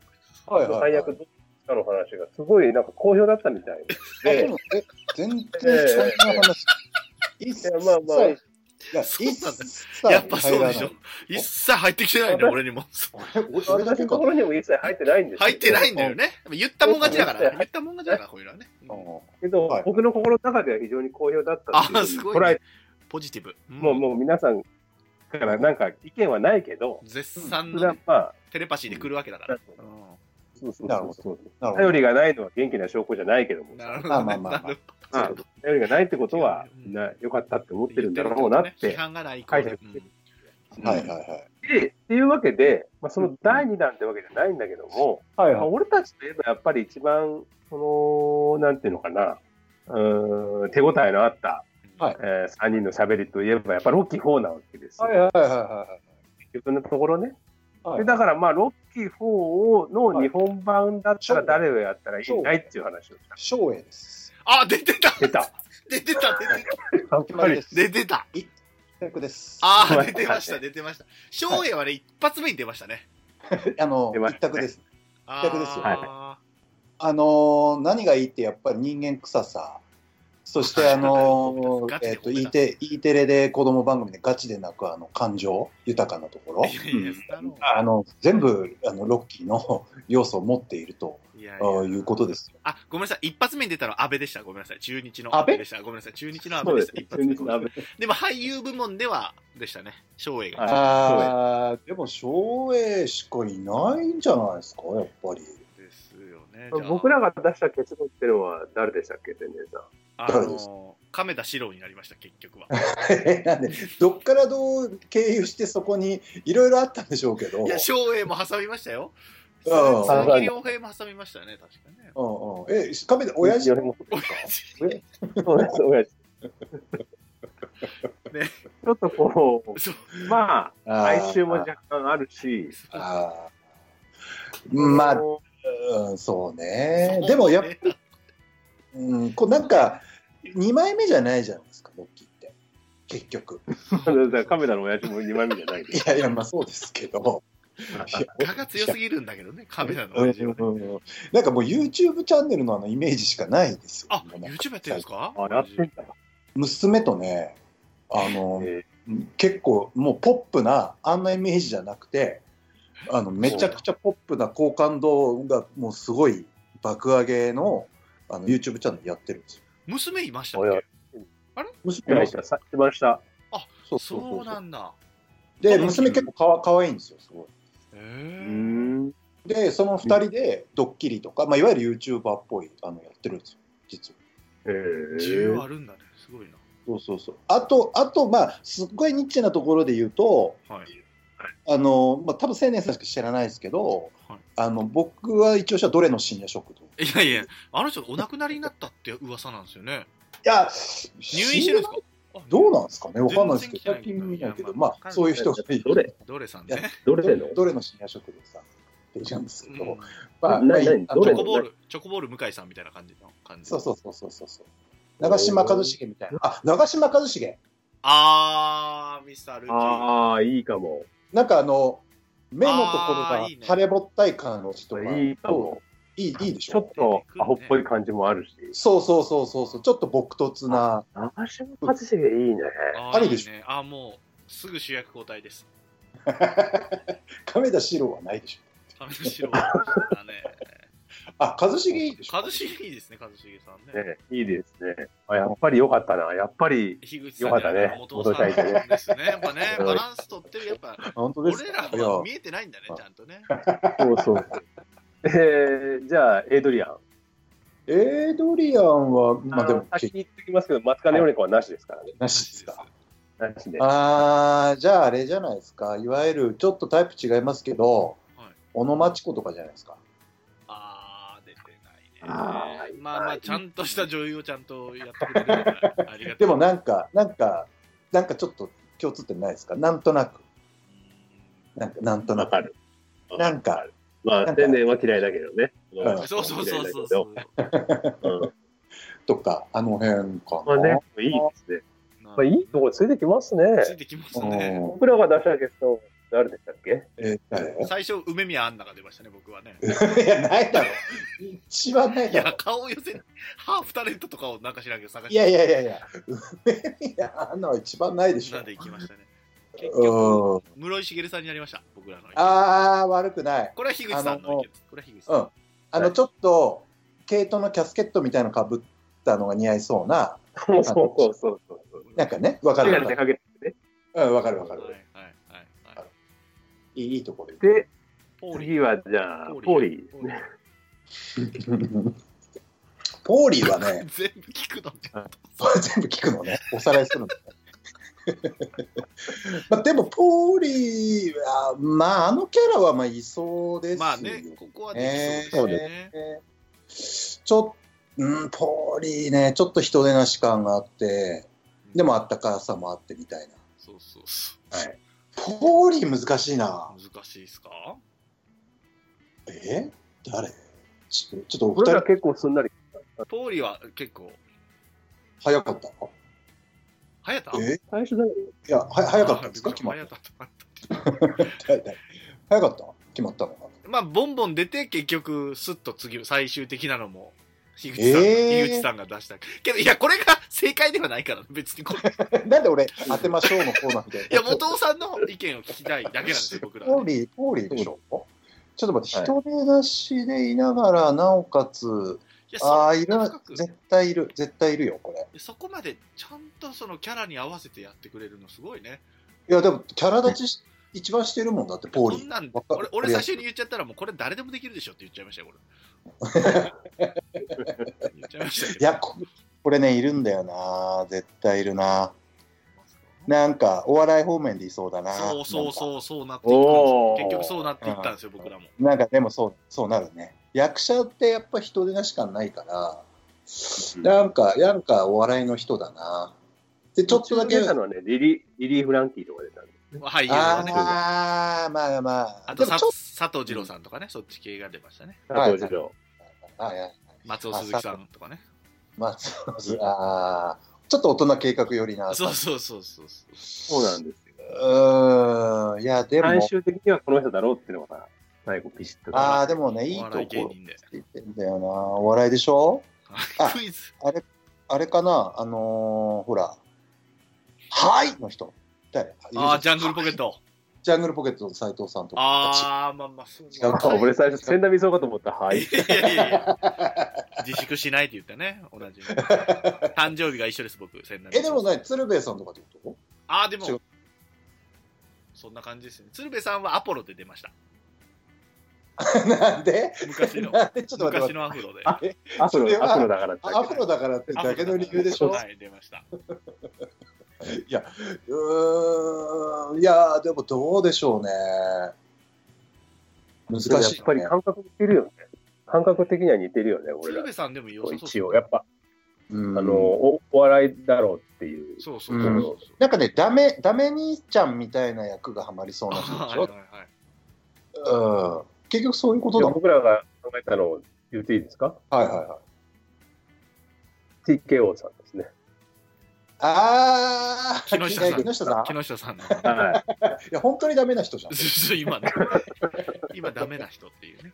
はいはいはい
最悪どうですかの話が、すごいなんか好評だったみたい
あそう
で
なのえ、全然
ええ
そんな話。一切、
いやまあまあ
いや、
そうなんだよ
一切
やっぱそうでし
入ら
ょ
ない。
一切入ってきてないんだよ、俺にも。
俺俺だ
私
け
の
か
ところにも一切入ってないんです
入ってないいんだよね。言ったもん勝ちだから。
うん
言ったもん勝ちだから、こういうのはね。
けど、
はい
僕の心の中では非常に好評だったって
あー
い
す
う
ごいね
捉え
ポジティブ。うん
もうもう皆さんからなんか意見はないけど、
絶賛
そ
の
れは
ね
まあ、
テレパシーで来るわけだから。う
そうそう
なるほ
そう
なるほど
頼りがないのは元気な証拠じゃないけども
ん、なるほ
まあ
ど
ま
ね。
あまあ
なるほ
ま
ど
あ頼りがないってことは
う、ん
みんな良かったって思ってるんだ
言
ろうなっ
ことね批
て。
判がないから
解釈
うん
はいはいはい。
で、っていうわけで、まあ、その第2弾ってわけじゃないんだけども、
はい
まあ、俺たちといえばやっぱり一番、その、なんていうのかな、うーん手応えのあった、
はい
え3人の喋りといえば、やっぱロッキー4なわけですよ。
はいはいはいは
自分のところね。
いはい。
でだからまあ、ロッキー4をの日本版だったら誰をやったらいいんだいっていう話をした。
翔英です。
あ、出てた
出た。
出てた出て
やっ
決
ぱ
まり
り
で、す。
出てた
決定です。
あ
は
あ、
い
出てました、出てました。翔英はね、一発目に出ましたね。
あの
出まし
一
たね
択です。
あ
逆ですよ
ー
あのー何がいいってやっぱり人間臭さ。そしてあのー
ガチ
え
で
っと
褒め
E
た
テ E テレで子供番組でガチで泣くあの感情豊かなところ。
いやいやだろ
あの全部あのロッキーの *laughs* 要素を持っていると
ういやい
あー
や
いうことですよ。
あ、ごめんなさい。一発目に出たのは安倍でした。ごめんなさい。中日の
安倍
でした。ごめんなさい。中日の安
そ
倍
うで
でし
すね
た。
中
一。発目
日の安倍
でも俳優部門では、でしたね。翔英が。
はい
ああでも照英しかいないんじゃないですかやっぱり。
ですよね。じゃあ
僕らが出した結論っていうのは誰でしたっけ、天然さん。
あ
誰です
の、亀田史郎になりました、結局は。
*laughs* なんでどっからどう経由してそこにいろいろあったんでしょうけど。
いや、翔英も挟みましたよ。
うん
鈴木亮平も挟みましたよね、確かね。
うんうん、え、カメで親父
も。
親父
そうです、親父。
*laughs* ね
ちょっとこう、
*laughs* そう
まあ、
あー
哀愁も若干あるし、
あーまあ、うんそうね。でもやっぱ、
ぱ
うん、こうなんか、2枚目じゃないじゃないですか、ロッキーって。結局。
カメラの親父も2枚目じゃないで
い *laughs* やいや、まあそうですけど。
蚊が強すぎるんだけどね、カメラの
うん
親
う
父はね。
んうんなんかもう YouTube チャンネルのあのイメージしかないですよ。
あ、
もうなんか
YouTube やってるんですか
あ、やってんだ。
娘とね、あの、
え
結構もうポップなあんなイメージじゃなくてあのめちゃくちゃポップな好感度がもうすごい爆上げのあの YouTube チャンネルやってるんですよ。
娘いましたっ
親
け
娘
ー、
も
一番下、一番下。
そうそうそう
そうなんだ。
で娘結構かわかわいいんですよすごい。
へ
う
ー
ん。
でその2人でドッキリとか、まあ、いわゆる YouTuber っぽいあのやってるんですよ実は。
え
需要
ー
あるんだね、すごいな。
そうそうそうあとあとまあすっごいニッチなところで言うと
はい。
あの、まあ、多分青年さんしか知らないですけど、
はい
あの、僕は一応したどれの深夜食堂。い
いやいや、あの人お亡くなりになったって噂なんですよね。
や、
入院してるんですか
どうなんですかねわかんないですけ
全然来
ど、最
てない
近見ないけ
い
ど、
や
ま
まあ
あ、そういう人がい
ど
る。
れ
どれさんね。
どれの
どれの深夜食堂さんっていうんですけど、
うん
まあ、
なな
まあ
ど
チ
れ
ョコボール、チョコボール向井さんみたいな感じの感じ。
そうそうそうそうそうそう。長嶋一茂みたいな。あ、長嶋一茂。
あー、ミスタールーキー。
ああ、いいかも。
なんかあの、目のところ
あ
が
ーいいね
腫れぼったい感じとか、
いいかも
いいいいでし
ちょ
ょ
っとアホっぽい感じもあるし、
そうそうそうそうそう、ちょっと朴
*laughs*
突な、
長嶋一茂いいね。
あ
あ
ー
り
い
で
い
しょ
ね。あー、もう、すぐ主役交代です。
亀田史郎はないでし
亀田史郎だね。
ょ。あ、一茂いいでしょ。
一茂いいですね、一茂さんね。
ね、いいですね。あやっぱり良かったな。やっぱり、
樋口さんじゃない
よかったね
元さんですね。やっぱね、
うん
バランス取ってる、やっぱ、
あ本当です
俺ら
か。い
は見えてないんだね、ちゃんとね。
そうそう。 *laughs* えー、じゃあ、エイドリアン。
や、エイドリアンは、まあでも、
の
結
先に言ってきますけど、松金米子はなしですからね。
なしですか。
なしで。
あー、じゃああれじゃないですか。いわゆる、ちょっとタイプ違いますけど
はい、
小野真知子とかじゃないですか。
あー、出てないね。
あー
まあまあ、ちゃんとした女優をちゃんとやってくれてるからありがたい。
でもなんか、なんか、なんかちょっと共通点ないですかなんとなく。なんか、なんとな
わ
く。
かる。
なんか、
ま
なん
あ、
か
全然は嫌いだけどね。
はい
うん *laughs* そうそうそうそ
嫌い
うそ。
うだけど。うん
とか、あの辺か
まあ
な。
ね、いいですね。
ま
まあ、いいとこついてきますね。
ついてきますね。
うん
僕らが出したゲスト、誰でしたっけ *laughs*
えー誰
最初、梅宮アンナが出ましたね、僕はね。
いや、ないだろ。一番ない
い
だろ
や、。顔寄せ、ハーフタレントとかをなんか知らんけど探して。
いやいやいやいや、梅宮アンナは一番ないでしょ
なん。で行きましたね。結局、
うん。
室井茂さんになりました、僕らの意見。
あー、悪くない。
これは樋口さんの意見です。これは樋口さん。
うん。あの、ちょっと、毛糸のキャスケットみたいなのかぶったのが似合いそうな、
そうそうそうそう。
なんかね、わか
眼
る
鏡で
わかる。
かけてね。
うん、わかるわかる
はい。はいはいはい。
いいいいところで。
で、
ポ
次はじゃあ、ポーリーですね。
ポーリーはね、
*laughs*
*laughs*
全部聞くのね。
全部聞くのね、おさらいするのね。 *laughs* まあでも、ポーリーは、まあ、あのキャラはまあいそうですよ
まあね、ここはできそうですね。
ちょっと、うん、ポーリーね、ちょっと人出なし感があって、でもあったかさもあってみたいな。
そうそうそ
はい、ポーリー難しいな。
う。難しいですか
え誰ちょちょっとお
僕
二
ら
人
結構すんなり。
ポーリーは結構、
早かった
早田
え
最初だ
いやは、早かったんですか
あ
決まっ
*laughs* 早田と思った
た。はいはい早かった決まったのかな
まあ、ボンボン出て、結局、スッと次、最終的なのも、樋口さん、
えー
樋口さんが出した。けど、いや、これが正解ではないから、別にこれ。
なんで俺、当てましょうのコーナーみたいな。
いや、元尾さんの意見を聞きたいだけなんですよ、僕らはね、
*laughs* ポーリー、ポーリーでしょちょっと待って、
は
人出なしでいながら、なおかつ、
いや、
ああ、
そ
い
んな
る
深、く
絶対いる、絶対いるよ、これ。
そこまで、ちゃんとそのキャラに合わせてやってくれるの、すごいね。
いや、でも、キャラ立ちし、一番してるもんだって、ポ
こ
ーリ
ん
ー。
なん
わか
俺俺最初に言っちゃったらもうこれ誰でもできるでしょって言っちゃいましたよ、これ。言っ
*laughs*
ちゃいましたけ
い
ど
やこ、これね、いるんだよな、絶対いるな。なんか、お笑い方面でいそうだな。
そうそう
う。
そうそうなっていくんですよ
おー
結局そうなっていったんですよ、僕らも。
なんか、でもそう、そうなるね。役者ってやっぱ人出なしかないから、なんか、なんかお笑いの人だな。で、ちょっとだけ、
出たのはね、リリー、リリー・フランキーとか出たんで。
俳優はね。
ああ、まあまあ、
あと
でも
さ
ちょっ
佐藤二郎さんとかね、そっち系が出ましたね。
はい
佐藤二郎。
と、あいや
松尾鈴木さんとかね。
まあ、そうあーちょっと大人計画寄りな。
そうそうそうそうそう。
そうなんですよ。
うーん、いや、でも、
最終的にはこの人だろうっていうのが、最後ピシッと。
ああ、でもね、いい
お
と
笑い芸
こ
人で。
ついてんだよな。お笑いでしょあ
*laughs* クイズ。
あれかなあのーほら、はいの人。誰
ああ、ジャングルポケッ。ト。
ジャングルポケットの斎藤さんとか。
ああ、まあまあ、そう
違う
あ
か
俺最初、千田美そうかと思った。はい。
いやいやいや。自粛しないって言ったね、同じ。誕生日が一緒です、僕、千波
え、でもね、鶴瓶さんとかってこ
ああ、でも
違う、
そんな感じですね。鶴瓶さんはアポロで出ました。
と *laughs* なんで
昔の、
なん *laughs* でちょっと待っ
昔
て
のアフロで。
あアフ
それ
ロ、ア
は
フロだからって。
アフロだからってだけの理由でしょ
はい、出ました。
いや、うーん、いや、でもどうでしょうね。難しい、
でも
ね。
やっぱり感覚似てるよね。感覚的には似てるよね、俺
鶴
ら
瓶。さんでも良さそうです
一応、やっぱ、
うん
あの、おお笑いだろうっていう。
そうそうそうそう。
なんかね、ダメ、ダメ兄ちゃんみたいな役がハマりそうな人で
は
し
いは
ょ
い。はい。
うん結局そういうこと
じゃ
だ
あ
もん。
僕らが考えたのを言っていいですか
はいはいはい。
?TKO さんですね。
あー、
木下さん
え木下さんい
木下さんの。
はい。
や、本当にダメな人じゃん。
今ね、今ダメな人っていうね。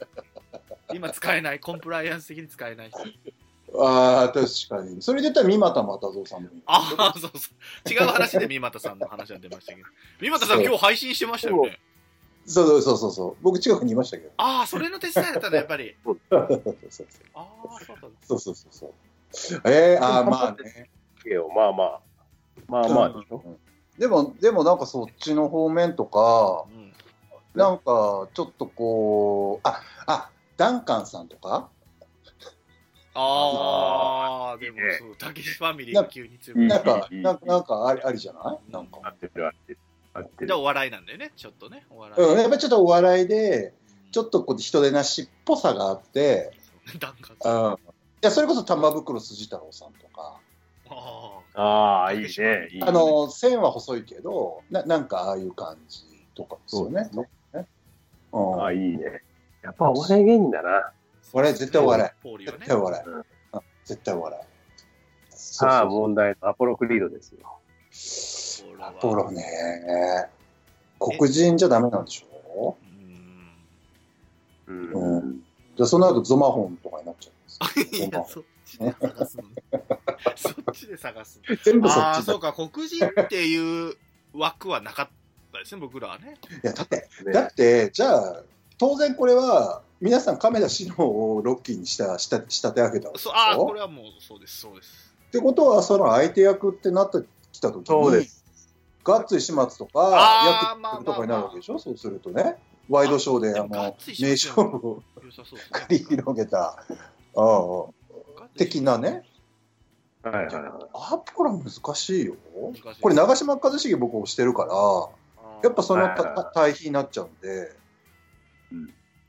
今使えない、コンプライアンス的に使えない人。
あー、確かに。それで言ったら三股又蔵さんもいる。
ああ、そうそう。違う話で三股さんの話は出ましたけど。三股さん今日配信してましたよね。
そうそうそうそう。僕近くにいましたけど。
ああ、それの手伝いだったね、やっぱり。
そうそう
ああ、そうだ。
そうそうそうそう。えー、あー、まあね。
まあまあ。まあまあでしょ。
でも、でもなんかそっちの方面とか、
うん。
なんかちょっとこう、ああダンカンさんとか、
ああ、でもそう、たけしファミリーが急に強く
うん
なんか、
うん
なんかなんかありありじゃないなんか。
合ってる合ってる。合って
で、
る。
お笑いなんだよね、ちょっとね。お笑い。
うん、やっぱりちょっとお笑いで、ちょ
と。
っとこう人でなしっぽさがあって、
ダンカン
うん、
さん。あ
いやそれこそ玉袋筋太郎さんとか、
あ。
ああ、いいね。いいね
あ、の線は細いけどな、なんかああいう感じとかですよね。ねうん
ああ、いいね。
やっぱお笑い芸人だな。
笑い絶対笑
い。ポーリーは
絶
ね
対。笑い、
う
うん絶対笑い。そう
さあ、
そう
問題のアポロクリードですよ。
ポール
ア
は
ポロね、黒人じゃダメなんでしょ
うん。
うん
うんじゃあその後ゾマホンとかになっちゃうんですよ
いや、そっちで探すの
*laughs*
ね。そっちで探すの。
全部そ
ああ、
っちだ
そ
いう
か、黒人っていう枠はなかったですね、僕らはね。
やだって
ね
だってじゃあ当然これは皆さん亀田史郎をロッキーにしたした仕立て上げたわけでし
そうああ、こ
ょ
れはもうそうです、そうです。
ってことはその相手役ってなってきた時
そうで
にガッツイ始末と
あー
か
まあ
役とかになるわけでしょそうするとねワイドショーで
で
あ
もガッ
の
ツイ
名
始末
勝負を
良さそうですね
繰り広げたうんうん的なね。
はいはいはい。
アポロ難しいよ
難しい
これ長嶋一茂僕押してるからやっぱそのたた対比になっちゃうんで、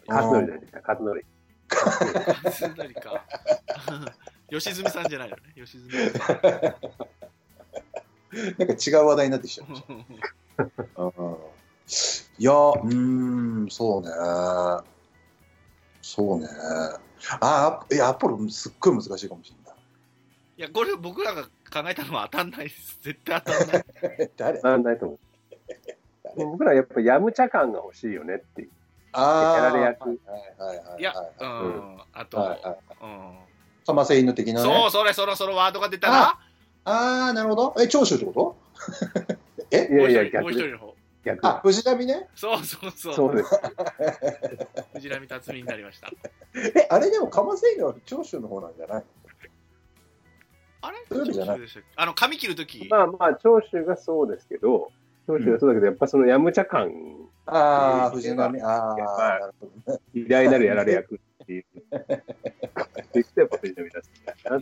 カツノリだよね、カツノリ。
ぱ。 *laughs* すんなりか。吉住さんじゃないのね、吉住さん。
なんか違う話題になってきちゃう。
*laughs*
うんいや、うーん、そうね。そうね。ああ、いや、アポロすっごい難しいかもし
いや、これ僕らが考えたのは当たんないです。絶対当た
*laughs*
んない。
れない。誰あ
なんないと思う。
僕らやっぱやむちゃ感が欲しいよねっていう。
あー。
やられ役
はいはいはいはい。
いや、う
は
ん、あと、
いはい。
うん。
かませ犬的な
そ
ね
う、。それ、そろそろワードが出たな。
ああ、なるほど。え、長州ってことえ
いやい
もう
や、
一人もう
逆
一人
に。
の方。
逆
あ、藤波ね。
そうそうそう。
そうです。
藤波辰巳になりました。
え、あれでもかませ犬は長州の方なんじゃない
あれ
そういうわけじゃない
どっちでしたっけあの、髪切るとき、
まあまあ、長州がそうですけど、長州がそうだけど、やっぱそのやむちゃ感、
あ
え
あ、
ー
藤波。ああ、
やっぱ
なるほどね。
偉大なるやられ役っ
*laughs*
ていう。できたやっぱ藤波だし。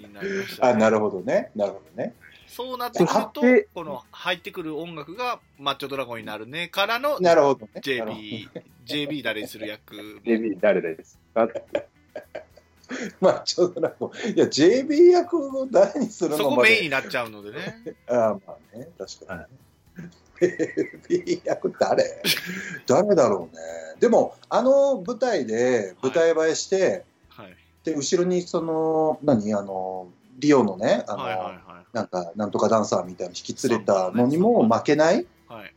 になりましたね
あなるほどね。なるほどね。
そうなってくると
買って、
この入ってくる音楽がマッチョドラゴンになるねからの
なるほどね。なるほど
JB、JB 誰にする役。
JB 誰ですか
*laughs* まあ、ちょっとなんか、いや、JB 役を誰にする
そ
の
こ
ま
メイン
で。
になっちゃうのでね。
ああ、まあね、確かに。JB 役誰誰だろうね。でも、あの舞台で、舞台映えして、
はい。
で、後ろにその、何、あの、リオのね、あの、
はいは
なんか、なんとかダンサーみたいに引き連れたのにも負けない、
いはい。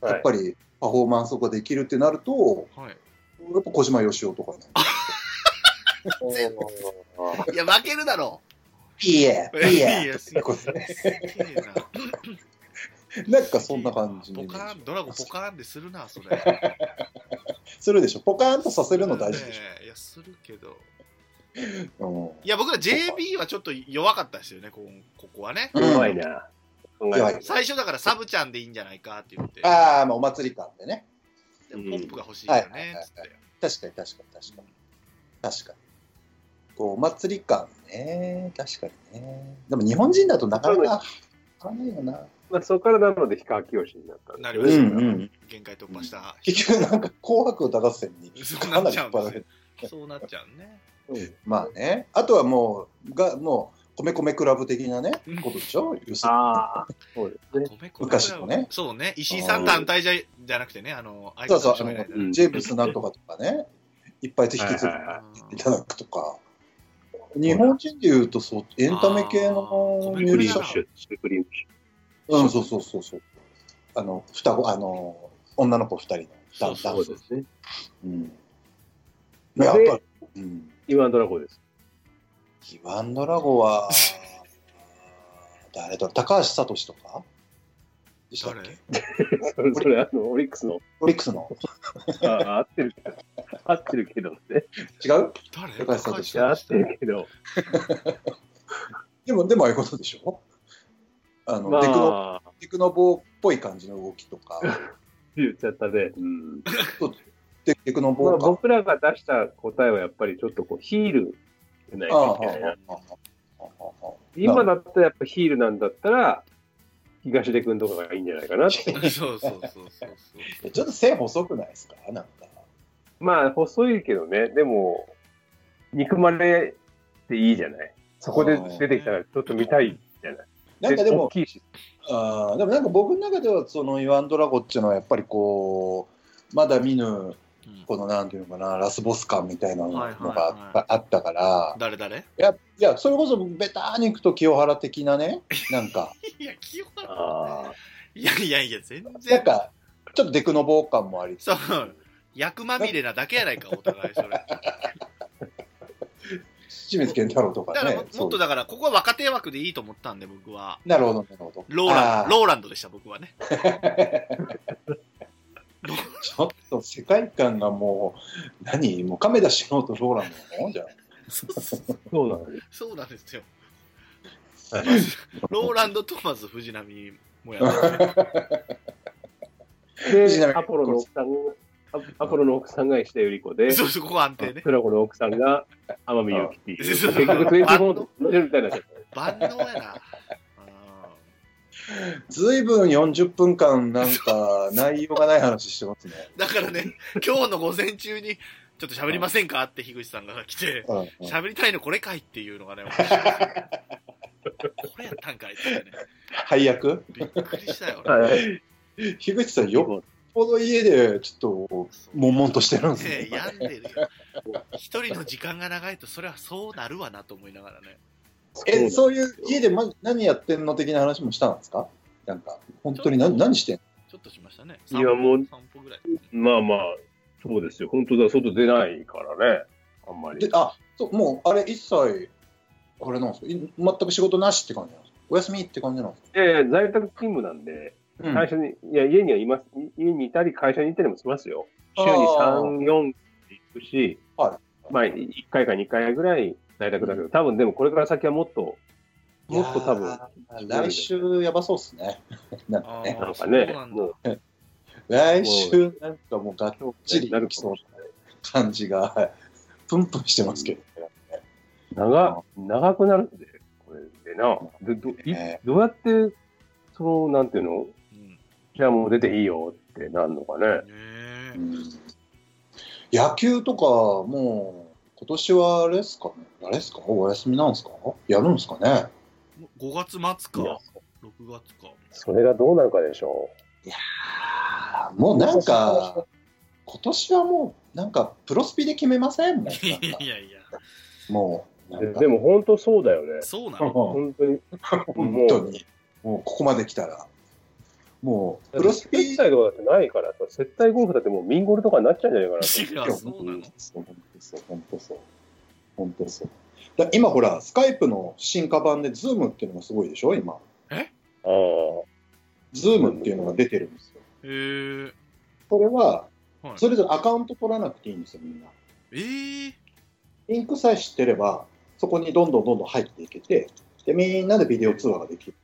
はい。
やっぱりパフォーマンスができるってなると、
はい。
やっぱ小島よしおとかね。
いや、負けるだろ
いいえ
う。、
いいえ。
や、すげ
これ
えな。
なんかそんな感じの
ポ
イメ
カ
ー
ー
ジ
ン、ドラゴンポカーンでするな、それ。
するでしょ。ポカーンとさせるの大事でし
ねえいや、するけど。
ょ。
いや、僕ら JB はちょっと弱かったですよね、こんここはね。
うん
怖いな。考え
弱
ないい
最初だからサブちゃんでいいんじゃないかって言って。
ああ、まあ、お祭り感でね。
でもポップが欲しいよね、つって。
確かに確かに確かに。確かに。こう、お祭り感ね。確かにね。でも日本人だとなかなか、わかんないよな。
まあ、そこからなので、氷川きよしになったんです
なり
よ
ま
う
ね
した
ん
ね
うん、
限界突破した。
結局なんか「紅白歌合戦」に
そう
か
な
な
っ
り
ちゃう
引っ
んだ
張られて
そうなっちゃうね。
まあねあとはもうがもう米米クラブ的なねことでしょ要するに
ああ、そうですね。
米粉
昔のね
そうね。石井さん単体じゃじゃなくてね、あの、相
そう
方
そう
の人がいないか
うん
ジェームスなんとかとかねいっぱい引き継い
はいはい
ら
でいただくとか日本人でいうとそうエンタメ系の
あー
ミュ
ク
ー
リー
ジシ
ム
ャン
ッシュ、シュクリームッシ
うん、そうそうそうそう。あの、双子、あの、女の子二人の
そうそう
ダ
ュ。
ン
そう
ス。
ですね。
うん。
で
やっぱ、うん。
今ドラゴンです。
ヒワンドラゴは、誰だ高橋聡とかでしたっ
誰
け
それ、それあの、オリックスの、
オリックスの。
ああ合ってる、合ってるけどね。
違う
誰
高橋さんと
いや合
高
ってるけど、
でも、でもああいうことでしょあの、
ま
テクノ、
あ、
テクノボーっぽい感じの動き
*laughs*
とか、
言っちゃったね。うん。
テテクノボ
まあ、
ー感。
僕らが出した答えはやっぱりちょっとこうヒールじゃない
ああああ
といけないな。
あああああ
今だったらやっぱヒールなんだったら、東出君とかがいいんじゃないかなって。
橋そうそうそうそうそう。
あちょっと線細くないですかなんか。
まあ、細いけどね、でも、憎まれていいじゃない。そこで出てきたらちょっと見たいじゃない。
なんかでも
大、きいし。
あーでもなんか僕の中ではそのイワンドラゴっていうのはやっぱりこうまだ見ぬ
うん
このなんていうのかなラスボス感みたいなのが
はいはいはい
あったあったから
誰誰
いやいやそれこそベターに行くと清原的なねなんか
いや、清原。
ああ、
いやいやいや、 *laughs* 全然。
なんかちょっとデクノボー感もありつつ
そう。役まみれなだけやないか、お互い
*laughs*
それ。だか
清水健太郎とからね
も、
そ
も
う
っとだから、ここは若手枠でいいと思ったんで、僕は。
なるほどなるほど
ローラ
あ
ン
ー
ド、ローランドでした、僕はね。
ちょっと世界観がもう何もう亀田志郎とローランドのじゃん
そうそう
そうなのよ。
そうなんですよ。
はい
まずローランド・トマズ・藤波もやってる
藤
で、
波
アポロの奥さんア、アポロの奥さんが石田ゆり子で、
そうそう、ここ安定ね。
ドラゴンの奥さんが天海祐希っていう。結
そう
局、24と同じみた
*laughs*
いになっちゃった。
万能やな。あ
ずいぶん40分間なんか内容がない話してますね
ーだからね、今日の午前中に、ちょっと喋りませんかって樋口さんが来て、
うんうん
喋りたいのこれかいっていうのがね、面白いですねこれやったんかいってね、
配役
びっくりしたよ。
はい
樋口さん、よっぽど家でちょっと、悶々としてるんです
ね
ね
え。病んでるよ。一人の時間が長いと、それはそうなるわなと思いながらね。
え、そういう、家でま何やってんの的な話もしたんですかなんか、本当に何何してんの
ちょっとしましたね。
いやもう
散歩散歩ぐらい。
まあまあ、そうですよ。本当だ、外出ないからね。あんまり
で。あそう、もう、あれ、一切、あれなんですかい全く仕事なしって感じなんですかお休みって感じなんですか
ええ、在宅勤務なんで、
うん
会社に、いや、家にはいます、い家にいたり、会社にいたりもしますよ。週に
あー
3、4行くし、
は
まあ、1回か2回ぐらい在宅だけど、多分でもこれから先はもっと、もっと多
い
分、
やー来週やばそうっすね。なんかね。
なんか
そう
ね
な、んだ
もう、
来週、なんかもうがっちり
な
な
る
きそうな感じが、 *laughs* はいプンプンしてますけど。
長、長くなるんで、これでな。でどい
ね
どうやって、その、なんていうの
うんね
じゃあもう出ていいよってなるのかね。
え
野球とかもう今年はあれですかねあれですかお休みなんですかやるんですかね
5月末
いや
か、6月か。
それがどうなるかでしょ
もうなんか今年はもうなんかプロスピで決めませんもんなんか
いやいや、
もうなん
う。
か
でも本当そうだよね。
そうな
うん
の
*laughs*
本
本
当に。
当にもうここまで来たらもうプ
プロ
ロ
ス
ス
ピ
ピ
ー対とかだってないからさ、接待ゴルフだってもうミンゴルとかになっちゃうんじゃないかなと。
違う、そうなの
そう本当そう本当そう本当そうだ今ほらスカイプの進化版でズームっていうのがすごいでしょ今
あ
ズームっていうのが出てるんですよ
へえ。
これは
はい
それぞれアカウント取らなくていいんですよみんな
えー、
リンクさえ知ってればそこにどんどんどんどん入っていけてでみんなでビデオ通話ができる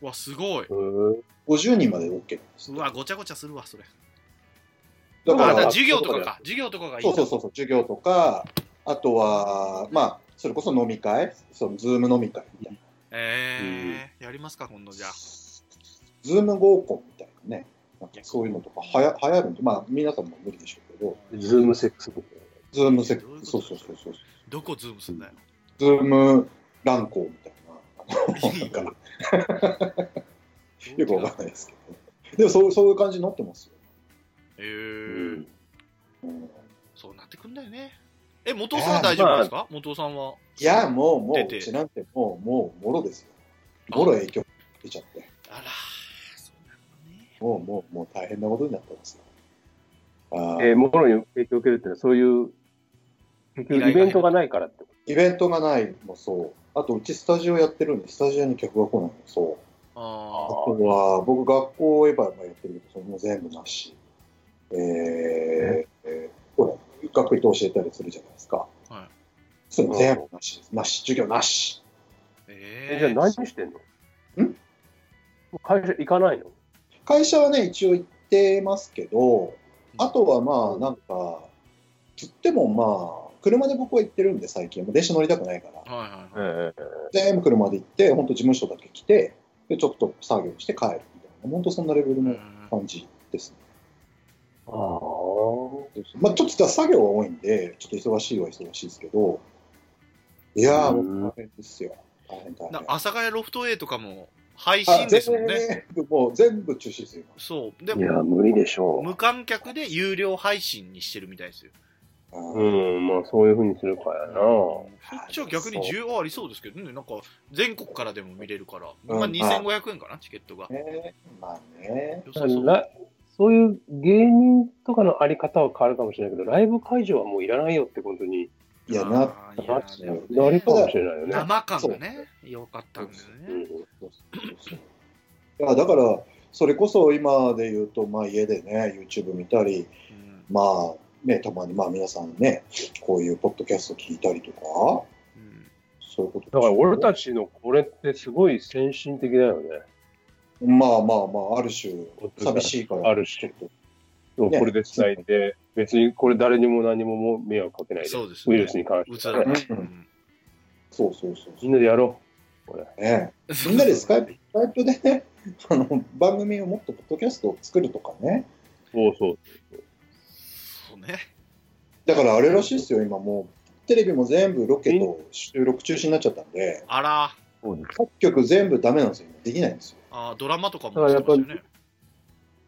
うわ、すご
あ。
い。
うん。
50人まで OK なんです
うわ、ごちゃごちゃするわ、それ。
だ
あ、だから
から
授業とかか。授業とかがいい
そ
の
うそうそうそう授業とかあとはまあそれこそ飲み会そのズーム飲み会みたいな
えー、やりますか、今度じゃあ。
ズーム合コンみたいなね、なんかそういうのとかはや流行るんで、まあ皆さんも無理でしょうけど、
ズームセックスとか。
ズームセックス、
ど
そうう
いうこと
そうそうそう、
どこズームすんだよ。
ズーム乱行みたいな、なんかよくわかんないですけど、でもそうそういう感じになってますよ。
えー、
うん
そうなってくんだよね。え、元尾さんは大丈夫なんですか、元尾さんは。
いや、もう、も
出
う、
て
うちなんて、もう、もう、もろですよ。もろ影響出ちゃって、
あら、そうなのね。
もう、もう、もう大変なことになってますよ。あー
えー、もろに影響を受けるってのは、そういう、結局イベントがないからってこ
イベントがないもそう。あと、うちスタジオやってるんで、スタジオに客が来ないもそう。あ
あ
とは、僕、学校をエヴァやってるけど、それも全部なし。えー、えーほら、学校行って教えたりするじゃないですか。
はい
それも全部なしです。なし、授業なし。
ー
と。え
え
じゃあ
ー、
何してんの
ん
会社行かないの
会社はね、一応行ってますけど、あとはまあ、なんか、つってもまあ、車で僕は行ってるんで、最近。もう電車乗りたくないから。
はいはいは
え
い。
全部車で行って、本当事務所だけ来て、で、ちょっと作業して帰るみたいな。本当そんなレベルの感じですね。
ああ。
まあ、ちょっと作業が多いんで、ちょっと忙しいは忙しいですけど、いやー、
う
も
ん
う大変ですよ。大変大
な
変。
阿佐ヶ谷ロフト A とかも配
あ
信ですもんね。
全部、もう全部中止ですよ。
そう。で
いや、
も、
無理でしょ
無観客で有料配信にしてるみたいですよ。
あ
う。
ー
うん、まあそういうふうにするかやな。
そっちは逆に需要はありそうですけどね、なんか全国からでも見れるから、
うん
まあ、2500円かな、チケットが。
ねまあね。
良
だ
さ
か
そう
らラそういう芸人とかのあり方は変わるかもしれないけど、ライブ会場はもういらないよってことに
いや、な、
あーいや
なっ
でも
なるかもしれないよね。
生感がね、良かったんだよ
う
ね。
ん
そうそうそういやだから、それこそ今で言うと、まあ家でね、YouTube 見た
う
り、
ん
まあね、たまにまあ皆さんね、こういうポッドキャスト聞いたりとか、
うん
そういうこと
だから俺
ち
たちのこれってすごい先進的だよね。
まあまあまあ、ある種、寂しいから、
ある種
ちょっ
そう
ね
これで伝えて、別にこれ誰にも何ももう迷惑かけないで、
そうです
ウ
ね
イルスに関
う
し
つ
て
ら
は
な
ね。
い
うん
うん
とそうそうそうそ
みんなでやろ
う、ね。みんなでスカイプスカイプでね、 *laughs* あの番組をもっとポッドキャストを作るとかね。
う。そうそう。
そうね。
だからあれらしいですよ、今もう、テレビも全部ロケと収録中止になっちゃったんで、
あら、
各局全部ダメなんですよ、今できないんですよ。
あードラマとかもしてましたよね。